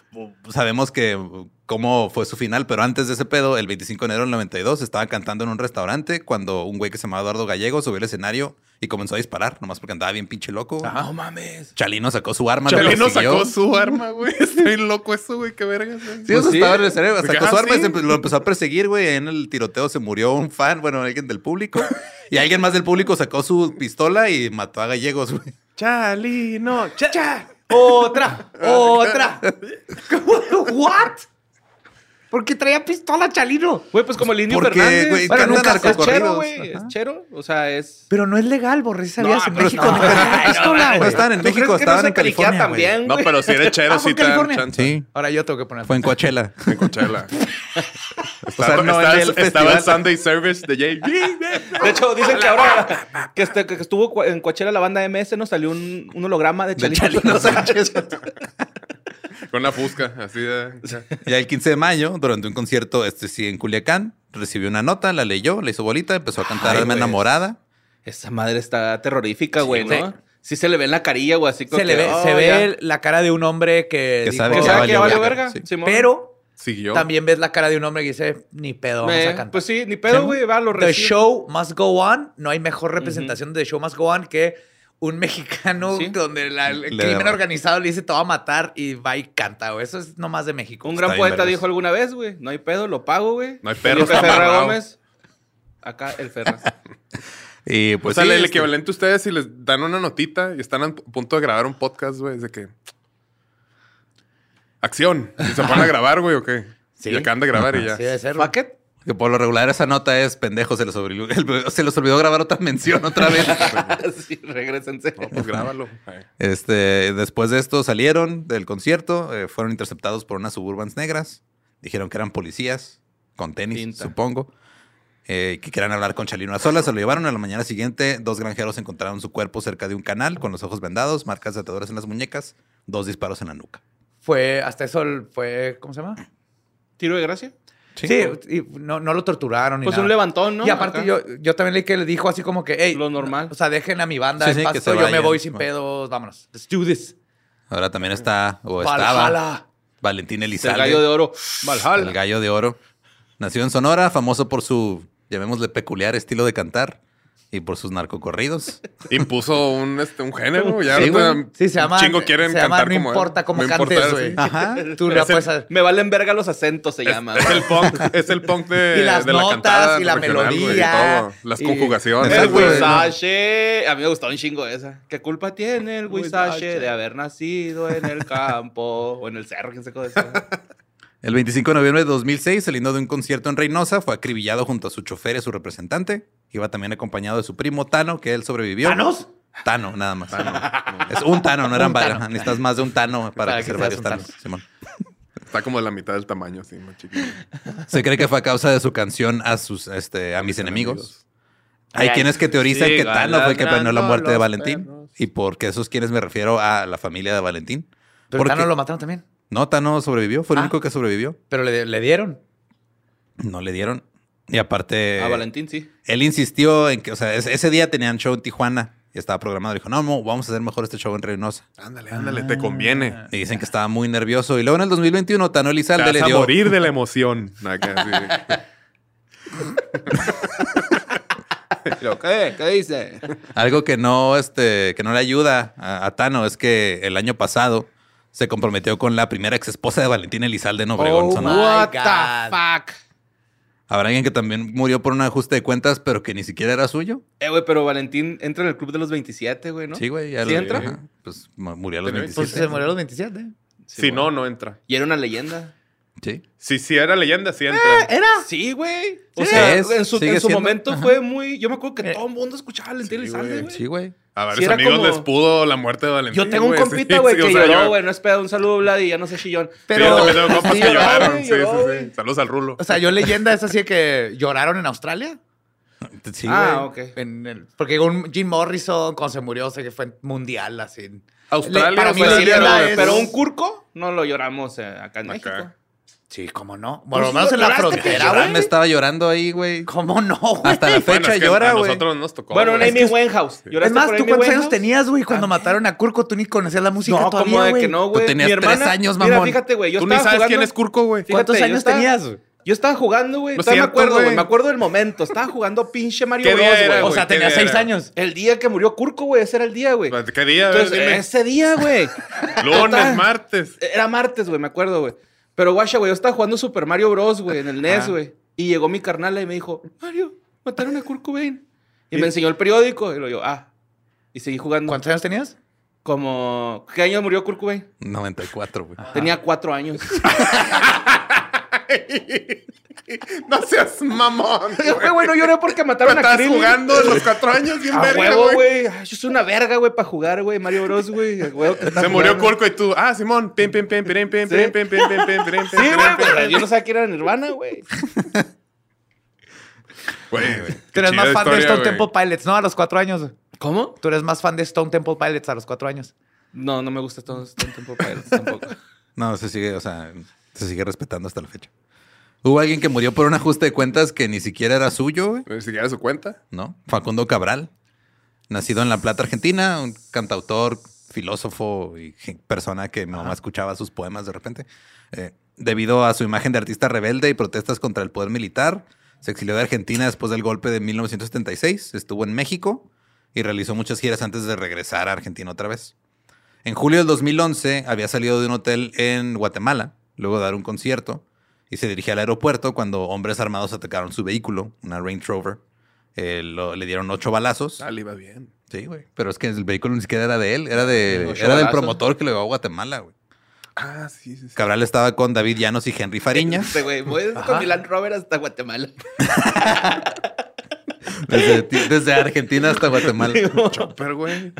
sabemos que cómo fue su final, pero antes de ese pedo, el 25 de enero del 92, estaba cantando en un restaurante cuando un güey que se llamaba Eduardo Gallego subió al escenario y comenzó a disparar, nomás porque andaba bien pinche loco.
No mames.
Chalino sacó su arma. lo
Chalino
persiguió.
sacó su arma, güey. Estoy loco eso, güey. Qué verga. güey.
Sí, o sea,
Pues sí.
estaba en el escenario,
Porque,
sacó
ajá,
su arma y
sí.
se empe- lo empezó a perseguir, güey. En el tiroteo se murió un fan, bueno, alguien del público. Y alguien más del público sacó su pistola y mató a Gallegos, güey.
Chalino. Cha-
Otra, otra. ¿What? ¿Por qué traía pistola, Chalino?
Güey, pues como el indio
¿Por qué,
Fernández.
güey?
Bueno,
Canta
nunca es chero,
narcocorridos.
güey. Es
Ajá.
chero. O sea, es.
Pero no es legal, Borre, sabías.
No,
en
pero
México
está-
no cargan pistola,
No
güey.
estaban en
¿Tú
México,
crees que no
estaban
se
en
periquea
California. güey.
también,
No,
güey?
pero si eres
Ah,
chero,
fue
sí
en
te dan
California.
chance.
Sí,
Ahora yo tengo que poner.
fue en Coachella.
En Coachella.
O sea,
Estaba-
no
estaba-
en el
estaba el
festival.
Sunday Service de Jay.
De hecho, dicen que ahora que, este- que estuvo cua- en Coachella la banda MS, nos salió un, un holograma de
De
Chalino.
Chalino Sánchez.
Con la fusca, así de.
Ya el 15 de mayo, durante un concierto, este sí, en Culiacán, recibió una nota, la leyó, la hizo bolita, empezó a cantar
Ay,
Alma
güey.
Enamorada.
Esa madre está terrorífica, güey,
güey.
¿no? Sí se le ve en la carilla, güey, así como
Se le
que,
ve,
oh,
se
ya.
ve la cara de un hombre que,
Que
dijo-
sabe
Que sabe que
valió
vale
verga,
verga.
sí.
Simón.
pero
Siguió.
también ves la cara de un hombre que dice, ni pedo, vamos
Eh,
a cantar.
Pues sí, ni pedo, güey, va, lo
The
recibe.
Show Must Go On. No hay mejor representación de The Show Must Go On que un mexicano
Sí.
donde la- el
Le
crimen
da-
organizado le dice te va a matar y va y canta. güey. Eso es nomás de México.
Un
Está
gran
bien
poeta
vergas.
dijo alguna vez, güey, no hay pedo, lo pago, güey.
No hay perro,
Felipe
está
Ferra
amarrado.
Gómez. Acá el Ferras.
Y
Pues
pues
o sea,
sí,
el
este,
equivalente a ustedes si les dan una notita y están a punto de grabar un podcast, güey, es de que. Acción. Y se van a grabar, güey, o qué.
Sí.
Y acaban de grabar y ya.
Sí, debe ser.
¿Fuck it?
que por lo regular esa nota es pendejo, se les olvidó, el- se les olvidó grabar otra mención otra vez.
sí, regresense.
No, pues grábalo. Ay.
Este, después de esto salieron del concierto, eh, fueron interceptados por unas suburbans negras. Dijeron que eran policías, con tenis,
Pinta.
supongo. eh, que querían hablar con Chalino a solas. Se lo llevaron a la mañana siguiente. Dos granjeros encontraron su cuerpo cerca de un canal, con los ojos vendados, marcas de ataduras en las muñecas, dos disparos en la nuca.
Fue, hasta eso el- fue, ¿cómo se llama?
Tiro de gracia.
Sí, y no, no lo torturaron ni
Pues
nada.
un levantón, ¿no?
Y aparte
Acá.
yo, yo también leí que le dijo así como que, hey,
Lo normal.
O sea, dejen a mi banda
Sí,
en
sí,
paz,
que se
yo me
vayan.
voy sin
Bueno.
pedos, vámonos. Let's do this.
Ahora también está, o Pues estaba,
Valhalla.
Valentín
El
Elizalde.
gallo de oro.
El gallo de oro. Nació en Sonora, famoso por su, llamémosle, peculiar estilo de cantar y por sus narcocorridos.
Impuso un, este, un género. Ya
Sí,
ahorita
güey.
Sí, se llama.
Chingo quieren
se llama
cantar
No
como él.
importa cómo
No
cantes,
importa,
güey.
sí.
Ajá.
Tú la puedes a-
Ah, Me valen verga los acentos, se
Es,
llama.
es el punk, es el punk de,
Y las
de la
notas,
cantada
y la
regional, güey,
melodía,
todo. Las
y-
conjugaciones.
El
El
güey,
Huizache. A mí me gustaba un chingo esa. ¿Qué culpa tiene el Huizache de haber nacido en el campo o en el cerro? ¿Quién se acuerda?
El 25 de noviembre de 2006, saliendo de un concierto en Reynosa, fue acribillado junto a su chofer y su representante. Iba también acompañado de su primo Tano, que él sobrevivió.
¿Thanos?
Tano, nada más. Es un Tano, no eran
Un
varios.
Tano.
Necesitas más de un Tano para,
Para
que
que
ser
seas
varios
un
Tanos.
Thanos.
Simón.
Está como de la mitad del tamaño, así, más chiquito.
Se cree que fue a causa de su canción a sus, este, a mis enemigos. Hay
Ay,
quienes que teorizan
sí,
que Tano fue el que planeó la
galanando
muerte de
los
Valentín.
perros.
Y porque esos quienes me refiero a la familia de Valentín.
Pero
Porque-
Thanos lo mataron también.
No, Tano sobrevivió. Fue el
Ah.
único que sobrevivió.
Pero le, le dieron.
No le dieron. Y aparte.
A Valentín, sí.
Él insistió en que, o sea, es- ese día tenían show en Tijuana y estaba programado. Dijo, no, no, vamos a hacer mejor este show en Reynosa.
Ándale, ándale,
Ah.
te conviene.
Y dicen que estaba muy nervioso. Y luego en el 2021, Tano
Ah, Te
Elizalde
vas
le
a
dio.
morir de la emoción. Acá, así.
¿Qué? ¿Qué dice?
Algo que no, este, que no le ayuda a, a Tano es que el año pasado se comprometió con la primera ex esposa de Valentín Elizalde en Obregón.
Oh,
Sonora.
What
God.
the fuck?
Habrá alguien que también murió por un ajuste de cuentas, pero que ni siquiera era suyo.
Eh, güey, pero Valentín entra en el club de los 27, güey, ¿no?
Sí, güey. ya
¿Sí
lo-
entra?
ajá, Pues mu- murió a los
Pues,
27.
Pues se murió a los 27.
Sí,
si
güey.
no, no entra.
Y era una leyenda.
Sí.
Si, si era leyenda,
Eh,
sí entra.
¿Era?
Sí, güey. O
Sí,
sea,
es,
en su,
sigue
en su
siendo.
momento
Ajá.
fue muy. Yo me acuerdo que todo el mundo escuchaba a Valentín
Sí,
Elizalde,
güey.
güey.
Sí, güey.
A
Si
varios
era
amigos
como-
les pudo la muerte de Valentín.
Yo tengo un
güey, sí,
compita, güey,
sí, o
que
sea,
lloró,
yo-
güey. No es pedo, un saludo, Vlad, y ya no sé chillón.
Sí, yo
Pero,
también tengo compas
sí
que
lloró,
lloraron.
güey,
sí, sí,
lloró,
sí.
güey.
Saludos al Rulo.
o sea, yo leyenda es así de que lloraron en Australia.
Sí,
ah,
güey.
ok.
En el- porque un Jim Morrison, cuando se murió, sé que fue mundial, así.
Australia,
Le- para mí
Australia,
leyenda
güey,
es-
Pero un curco no lo lloramos eh, acá en
Acá.
México.
Sí, cómo no.
Pues
Bueno, al menos
sí,
en la
lloraste,
frontera,
lloraste.
güey.
Llorar, me estaba llorando ahí, güey.
¿Cómo no, güey?
Hasta la fecha
Bueno, es que
llora,
a
güey.
nosotros nos tocó.
Bueno,
güey.
Amy Winehouse.
Es
¿Lloraste
más,
por
¿tú
Amy
cuántos años
Winehouse?
tenías, güey, cuando
También.
mataron a Curco? Tú ni conocías la música
No,
todavía,
como de que
güey.
no, güey.
tenías
Mi
tres
hermana-
años,
Mira,
mamón.
fíjate, güey. Yo
Tú ni
estaba
sabes
jugando-
quién es Curco, güey.
Fíjate,
¿Cuántos
yo
años
estaba-
tenías, güey?
Yo estaba jugando, güey.
Lo
Todavía me
siento,
acuerdo, güey.
güey.
Me acuerdo del momento. Estaba jugando pinche Mario
¿Qué
Bros,
día era,
O
güey.
güey?
sea,
¿qué
tenías
día
seis
era?
años.
El día que murió Curco, güey. Ese era el día, güey.
¿Qué día? A ver,
Entonces,
dime.
ese día, güey.
Lunes,
Total.
martes.
Era martes, güey, me acuerdo, güey. Pero guacha, güey, yo estaba jugando Super Mario Bros, güey, en el NES,
Ajá.
güey. Y llegó mi carnala y me dijo, Mario, mataron a Kurt Cobain. Y me enseñó el periódico. Y lo yo, ah. Y seguí jugando.
¿Cuántos años tenías?
Como, ¿qué año murió Kurt Cobain?
94,
Ah.
güey.
Tenía cuatro años.
No seas mamón.
Yo, güey, güey, no lloré porque mataron a
Estás
Krillin.
jugando a los cuatro años bien
A
verga,
huevo,
güey.
güey. Ay, Yo soy una verga, güey, para jugar, güey, Mario Bros, güey. A huevo que estaba
Se murió
jugando.
Curco y tú. Ah, Simón. Pim, pim, pim, pim, pim,
Sí.
pim, pim, pim, pim, pim, pim,
Sí, güey,
pim, pim,
pero yo
pim.
no sabía que era Nirvana, güey.
Güey, güey.
Tú eres
Chida
más fan de
historia,
Stone
güey.
Temple Pilots, ¿no? A los cuatro años. güey.
¿Cómo?
Tú eres más fan de Stone Temple Pilots a los cuatro años.
No, no me gusta todo, todo el tiempo para este él tampoco.
No, se sigue, o sea, se sigue respetando hasta la fecha. Hubo alguien que murió por un ajuste de cuentas que ni siquiera era suyo, güey,
Ni siquiera su cuenta.
¿no? Facundo Cabral, nacido en La Plata, Argentina, un cantautor, filósofo y gen- persona que mi mamá escuchaba sus poemas de repente. Eh, debido a su imagen de artista rebelde y protestas contra el poder militar, se exilió de Argentina después del golpe de 1976, estuvo en México y realizó muchas giras antes de regresar a Argentina otra vez. En julio del 2011 había salido de un hotel en Guatemala, luego de dar un concierto, y se dirigía al aeropuerto cuando hombres armados atacaron su vehículo, una Range Rover. Eh, lo- le dieron ocho balazos.
Ah, le iba bien.
Sí, güey. Pero es que el vehículo ni siquiera era de él, era, de,
Ocho
era del
balazos.
promotor que le llevó a Guatemala, güey.
Ah, sí, sí. sí.
Cabral estaba con David Llanos y Henry Fariña.
Este güey, voy con Milan Robert hasta Guatemala.
Desde, desde Argentina hasta Guatemala.
Chopper, güey.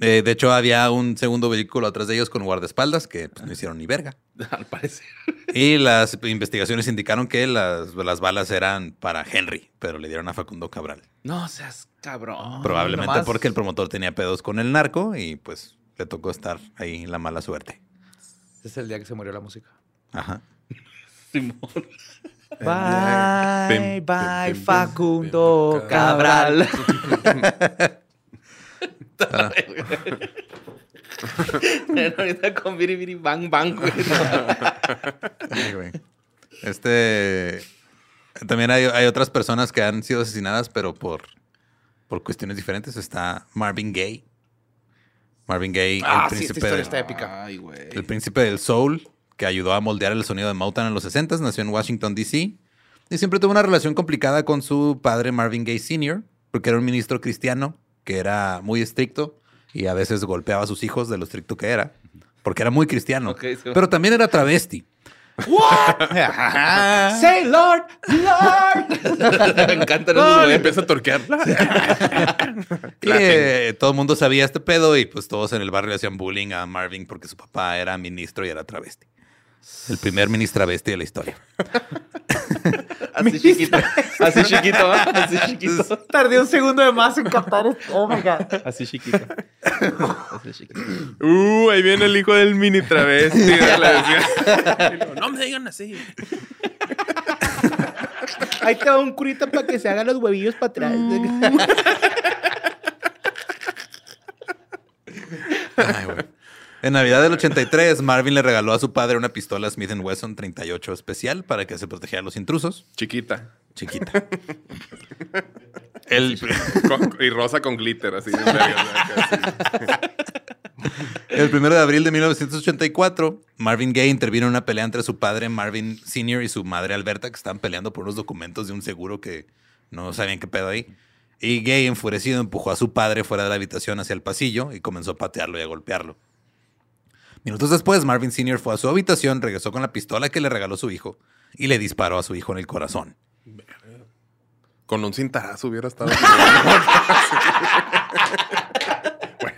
Eh, de hecho, había un segundo vehículo atrás de ellos con guardaespaldas que pues, no hicieron ni verga.
Al parecer.
Y las investigaciones indicaron que las, las balas eran para Henry, pero le dieron a Facundo Cabral.
No seas cabrón.
Probablemente
nomás.
porque el promotor tenía pedos con el narco y pues le tocó estar ahí en la mala suerte.
Ese es el día que se murió la música.
Ajá.
Simón.
Bye,
Pim,
bye,
pim, pim,
Facundo
pim,
Cabral.
Ah. Bueno, Ahorita con Biri Biri Bang Bang, güey.
Sí, güey. Este. También hay, hay otras personas que han sido asesinadas, pero por, por cuestiones diferentes. Está Marvin Gaye. Marvin Gaye,
Ah,
el,
sí, esta
príncipe
historia
del,
está épica.
Ay, güey.
el príncipe del soul, que ayudó a moldear el sonido de Motown en los 60s, nació en Washington, D.C. Y siempre tuvo una relación complicada con su padre Marvin Gaye Sr., porque era un ministro cristiano que era muy estricto y a veces golpeaba a sus hijos de lo estricto que era, porque era muy cristiano.
Ok, sí.
Pero también era travesti.
Say, Lord, Lord.
Me encantan esos,
No, le
güey.
empieza a torquear.
Y, eh, todo el mundo sabía este pedo y pues todos en el barrio le hacían bullying a Marvin porque su papá era ministro y era travesti. El primer ministro travesti de la historia.
Así chiquito. Así chiquito, ¿ah? Así chiquito.
Tardé un segundo de más en captar esto. Oh my God.
Así chiquito. Así chiquito.
Uh, ahí viene el hijo del mini travesti. le decía.
No me digan así.
Ahí te va un curita para que se hagan los huevillos para atrás.
Mm,
Ay, güey. En Navidad del 83, Marvin le regaló a su padre una pistola Smith Wesson 38 especial para que se protegiera a los intrusos.
Chiquita.
Chiquita. El,
Con- y rosa con glitter, así. de verga, acá, así.
El 1 de abril de 1984, Marvin Gaye intervino en una pelea entre su padre Marvin Sr. y su madre Alberta, que estaban peleando por unos documentos de un seguro que no sabían qué pedo ahí. Y Gaye, enfurecido, empujó a su padre fuera de la habitación hacia el pasillo y comenzó a patearlo y a golpearlo. Minutos después, Marvin Sr. fue a su habitación, regresó con la pistola que le regaló su hijo y le disparó a su hijo en el corazón.
Con un cintarazo hubiera estado.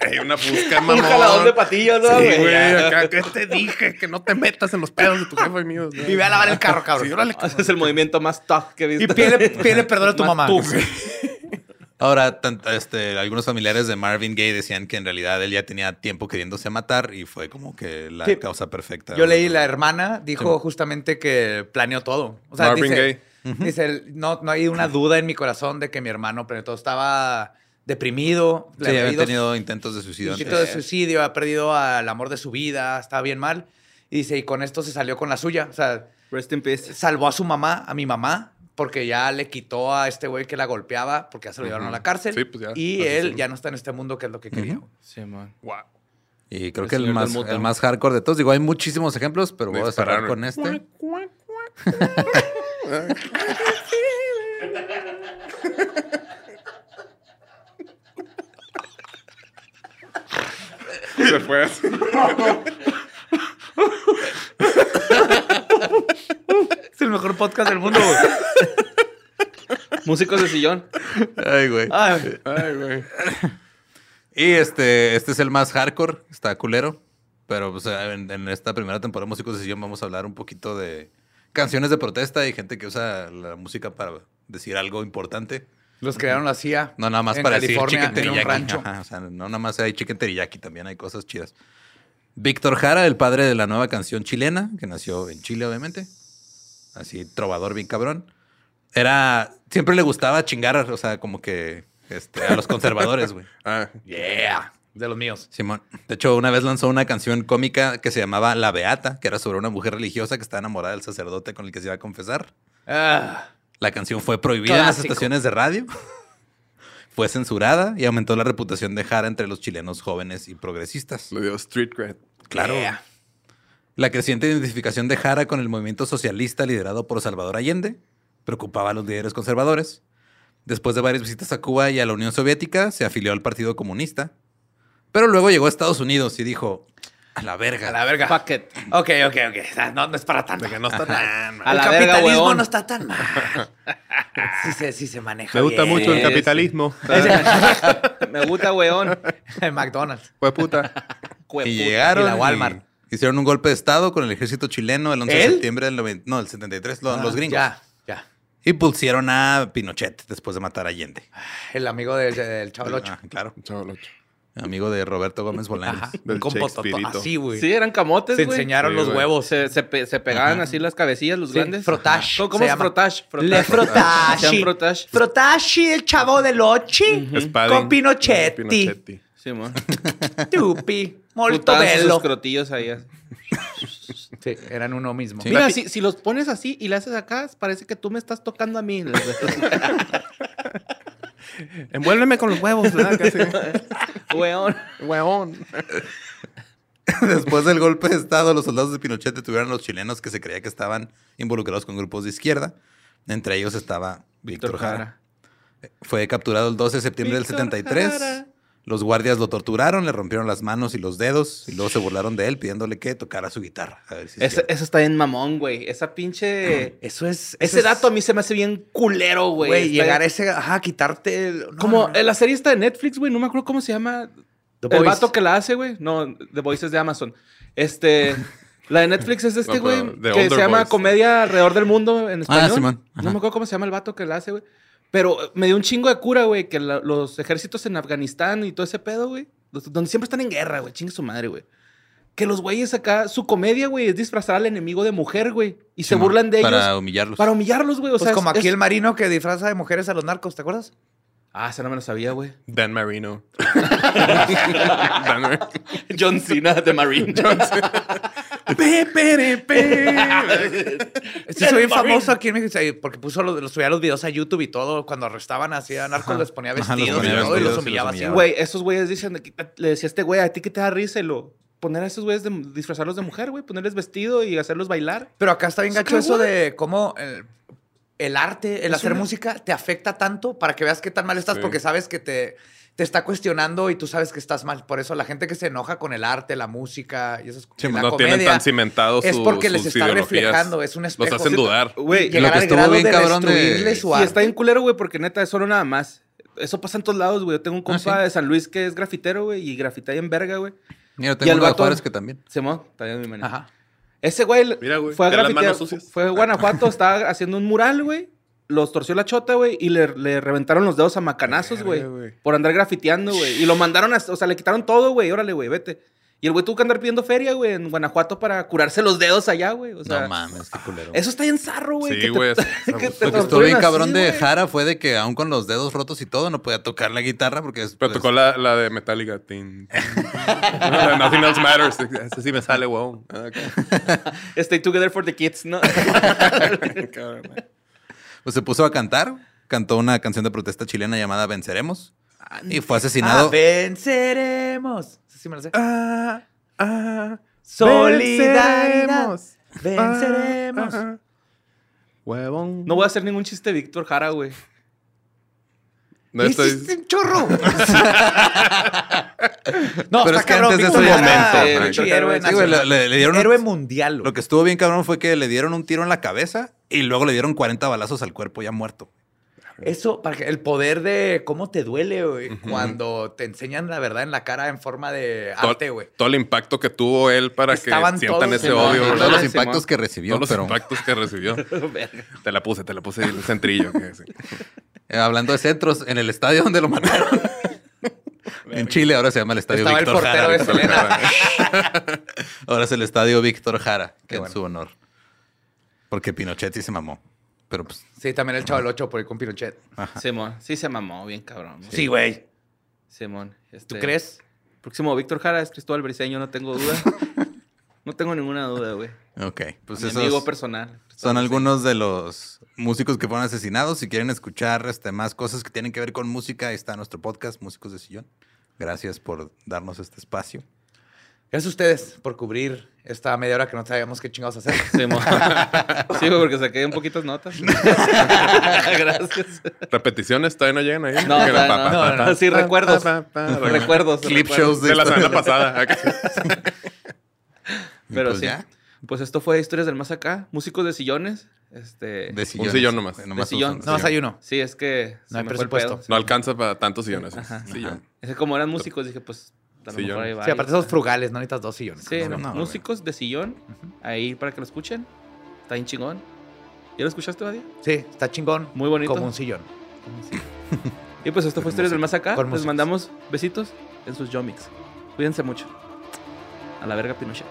Güey, una fusca,
Un
mamón.
jaladón de patillas, ¿no,
Sí,
güey?
güey,
Ya.
acá, ¿qué te dije? Que no te metas en los pedos de tu jefe y míos. Y
ve a lavar el carro, cabrón.
Sí, órale, cabrón.
Haces el movimiento más tough que he
Y
visto.
pide pide perdón a tu
Más
mamá.
tú.
Ahora, tant- este, algunos familiares de Marvin Gaye decían que en realidad él ya tenía tiempo queriéndose matar y fue como que la
Sí.
causa perfecta.
Yo leí la hermana, dijo justamente que planeó todo. O sea,
Marvin
dice,
Gaye.
dice, el- no, no hay una duda en mi corazón de que mi hermano planeó todo. Estaba deprimido,
Sí,
le había
habían
ido
tenido intentos de suicidio antes.
Intento de suicidio, ha perdido al amor de su vida, estaba bien mal. Y dice, y con esto se salió con la suya. O sea,
Rest in peace.
salvó a su mamá, a mi mamá, porque ya le quitó a este güey que la golpeaba, porque ya se lo llevaron a la cárcel.
Sí, pues ya,
y
asesino.
él ya no está en este mundo, que es lo que quería. güey.
Sí, man.
Wow.
Y creo
El
que el
señor
más,
del Motown.
el más hardcore de todos. Digo, hay muchísimos ejemplos, pero
Me
voy a cerrar
dispararon.
con este.
Se fue así.
Es el mejor podcast del mundo, güey.
Músicos de sillón.
Ay, güey.
Ay,
Ay, güey.
Y este, este es el más hardcore. Está culero. Pero pues, en, en esta primera temporada de Músicos de Sillón vamos a hablar un poquito de canciones de protesta y gente que usa la música para decir algo importante.
Los crearon la CIA.
No nada más
en
para
California,
decir chicken
en un
teriyaki.
rancho.
Ajá, o sea, no nada más hay chicken teriyaki, también hay cosas chidas. Víctor Jara, el padre de la nueva canción chilena, que nació en Chile, obviamente. Así, trovador bien cabrón. Era. Siempre le gustaba chingar, o sea, como que este, a los conservadores, güey.
Ah,
Yeah. De los míos.
Simón. De hecho, una vez lanzó una canción cómica que se llamaba La Beata, que era sobre una mujer religiosa que estaba enamorada del sacerdote con el que se iba a confesar.
Ah,
La canción fue prohibida en las
Clásico.
estaciones de radio. fue censurada y aumentó la reputación de Jara entre los chilenos jóvenes y progresistas.
le dio street cred.
Claro.
yeah.
La creciente identificación de Jara con el movimiento socialista liderado por Salvador Allende preocupaba a los líderes conservadores. Después de varias visitas a Cuba y a la Unión Soviética, se afilió al Partido Comunista. Pero luego llegó a Estados Unidos y dijo, a la verga.
A la verga.
Fuck it.
Ok, ok, ok. O sea, No, no es para tanto.
Que no está tan mal.
A
el
la verga,
capitalismo
huevón.
no está tan mal. Sí se, sí se maneja.
Me gusta
bien.
mucho el
sí.
capitalismo.
Me gusta, weón.
McDonald's.
Pues puta.
y
Cueputa.
llegaron
Y la Walmart.
y hicieron un golpe de Estado con el ejército chileno el 11 de
¿Él? Ah,
septiembre del, 90 no, del 73, lo- los gringos.
Ya, ya.
Y pulsieron a Pinochet después de matar a Allende.
Ah,
El amigo del, del Chavo del Ocho.
Ah, claro.
Chavo locho.
Amigo de Roberto Gómez Bolaños.
Ajá.
Del
Un compototón
Shakespearito.
Así, güey.
Sí, eran camotes,
se
güey.
enseñaron
Sí,
los
güey.
huevos.
Se, se pe- se pegaban así las cabecillas, los
Sí,
grandes.
frotage
¿Cómo, cómo
se
es
llama.
frotage? Frotage.
Le
Hacían
frotashi.
frotage.
Frotashi, el chavo del ochi.
Spadin.
Con Pinochetti.
Pinochetti.
Sí, mo.
Tupi. Molto
Putazos en sus
bello.
crotillos ahí. así.
Sí, eran uno mismo.
Sí.
Mira, si, si los pones así y le haces acá, parece que tú me estás tocando a mí.
Envuélveme con los huevos, ¿verdad? Casi.
Weón.
Huevón.
Después del golpe de Estado, los soldados de Pinochet detuvieron a los chilenos que se creía que estaban involucrados con grupos de izquierda. Entre ellos estaba Víctor
Víctor Jara.
Jara. Fue capturado el 12 de septiembre
Víctor
del 73.
Jara.
Los guardias lo torturaron, le rompieron las manos y los dedos y luego se burlaron de él pidiéndole que tocara su guitarra. A ver si es
Ese-
cierto.
eso está bien mamón, güey. Esa pinche.
Eso es.
Ese dato a mí se me hace bien culero, güey.
güey.
Está-
llegar a ese. Ajá, quitarte. el- no,
Como
no, no.
eh, la serie está de Netflix, güey. No me acuerdo cómo se llama.
The
el
Boys.
vato que la hace, güey. No, The Voice es de Amazon. Este. La de Netflix es de este,
No, pero
güey.
The
que se
Older
llama
Boys.
Comedia Alrededor del Mundo en español.
Simón.
No
Ajá.
me acuerdo cómo se llama el vato que la hace, güey. Pero eh, me dio un chingo de cura, güey, que la- los ejércitos en Afganistán y todo ese pedo, güey. los- Donde siempre están en guerra, güey. Chingue su madre, güey. Que los güeyes acá, su comedia, güey, es disfrazar al enemigo de mujer, güey. Y se
Simón,
burlan de
Para
ellos
humillarlos.
para humillarlos, güey. O
Pues
sea, es-
como aquí
es-
el marino que disfraza de mujeres a los narcos, ¿te acuerdas?
Ah, esa no me lo sabía, güey.
Dan Marino. Dan Marino.
John Cena de Marine.
Sí, Este, soy bien famoso aquí en México, sí, porque puso los, los- subía los videos a YouTube y todo. Cuando arrestaban así a narcos, les ponía
Ajá, los
vestidos y
ponía
todo, y
vestidos y
los
los
humillaba así.
humillaba.
güey.
Güey, esos güeyes dicen, de que- le decía a este güey, a ti que te da risa y lo... Poner a esos güeyes, de, disfrazarlos de mujer, güey. Ponerles vestido y hacerlos bailar.
Pero acá está bien
Saca,
gacho eso
güey.
de cómo el, el arte, el hacer música, te afecta tanto para que veas qué tan mal estás,
Sí.
porque sabes que te, te está cuestionando y tú sabes que estás mal. Por eso la gente que se enoja con el arte, la música y esas
Sí,
y
no
la
tienen
comedia,
tan cimentados
es porque
sus
les está
ideologías.
reflejando, es un espejo.
Los hacen dudar.
Güey,
Llegar
lo que
al
estuvo
grado
bien
de
cabrón de-
destruirle su
Y está
arte.
bien culero, güey, porque neta, eso no nada más. Eso pasa en todos lados, güey. Yo tengo un compa
Ah, sí.
de San Luis que es grafitero, güey, y grafita en verga, güey.
Mira,
y
tengo
al
uno de
vato-
Juárez que también.
Se mo, también mi manera.
Ajá. Ah,
Ese güey,
Mira, güey,
fue a
ya las
grafitear-
manos sucias.
Fue a Guanajuato, estaba haciendo un mural, güey. Los torció la chota, güey, y le, le reventaron los dedos a macanazos, güey.
Verga, güey.
Por andar grafiteando, güey. Y lo mandaron, a, o sea, le quitaron todo, güey. Órale, güey, vete. Y el güey tuvo que andar pidiendo feria, güey, en Guanajuato para curarse los dedos allá, güey. O sea,
no mames, qué culero.
eso está en zarro, güey.
Sí,
que te-
güey,
que
está zarro.
te
Lo que estuvo
Lo que estuvo
torturen
bien
así,
cabrón de
güey.
Jara fue de que aún con los dedos rotos y todo no podía tocar la guitarra porque es,
Pero
pues,
tocó la, la de Metallica. Tin, tin. La de Nothing else matters. Ese sí me sale, Ah, wow.
Stay together for the kids, ¿no?
pues, se puso a cantar. Cantó una canción de protesta chilena llamada Venceremos. Y fue
Ah,
asesinado.
venceremos. Sí, sí me lo sé.
Ah, ah,
Solidaridad.
venceremos.
Venceremos.
Ah, ah. Huevón.
No voy a hacer ningún chiste de Víctor Jara, güey.
No
¡Hiciste
estoy.
un chorro! no,
Pero
está
es que
cabrón,
antes de
Víctor
eso ya
Jara,
inventó,
eh,
Frank.
pinche héroe
Sí, güey, le-
nacional.
le- le dieron-
Héroe mundial.
Lo que estuvo bien cabrón fue que le dieron un tiro en la cabeza y luego le dieron 40 balazos al cuerpo ya muerto.
Eso, para que- el poder de cómo te duele, güey, cuando te enseñan la verdad en la cara en forma de
Todo,
arte, güey.
todo el impacto que tuvo él para
Estaban
que sientan
todos
ese
en
No,
odio.
y
orden.
güey.
todos los
Simón.
impactos que recibió,
Todos los
pero
impactos que recibió. te la puse, te la puse el centrillo. que sí.
eh, hablando de centros, en el estadio donde lo mataron. En Chile ahora se llama el Estadio
Estaba el
Víctor
portero
Jara.
de Selena.
Ahora es el Estadio Víctor Jara, que en su honor. Porque Pinochet sí se mamó. Pero pues,
Sí, también el chavo del 8 por ahí con Pinochet.
Simón, sí se mamó, bien cabrón.
Sí, güey.
Simón. este,
¿Tú crees?
Próximo Víctor Jara es Cristóbal Briseño, no tengo duda. no tengo ninguna duda, güey.
ok. Pues
Mi
esos
amigo personal.
son algunos de los músicos que fueron asesinados. Si quieren escuchar este, más cosas que tienen que ver con música, ahí está nuestro podcast, Músicos de Sillón. Gracias por darnos este espacio.
Gracias a ustedes por cubrir esta media hora que no sabíamos qué chingados hacer.
Simón. sí, güey, porque saqué un poquitas notas. Gracias.
Repeticiones todavía no llegan ahí.
No,
Porque la pa, pa,
no, no,
pa,
no,
pa,
sí,
pa,
recuerdos.
pa, pa, recuerdos.
Recuerdos.
Clip
recuerdos.
shows
De la semana pasada.
Y
Pero
pues
sí.
ya,
Pues esto fue Historias del Más Acá. Músicos de sillones. Este.
de sillones.
sillón nomás.
De sillón.
usan
No más hay uno.
Sí, es que. se
hay
me fue el
presupuesto.
pedo.
No alcanza para tantos sillones.
Ajá.
Sillón.
Es que como eran músicos, dije, pues. A lo
Sillón.
mejor hay
Sí,
varios.
aparte son frugales, no necesitas dos sillones.
Sí,
No,
no,
no,
músicos de sillón. Ahí para que lo escuchen. Está bien chingón. ¿Ya lo escuchaste, Badia?
Sí, está chingón.
Muy bonito.
Como un sillón.
Y pues esto fue Historias del Más Acá.
Con
Les
músicos.
mandamos besitos en sus yomics. Cuídense mucho. A la verga, Pinochet.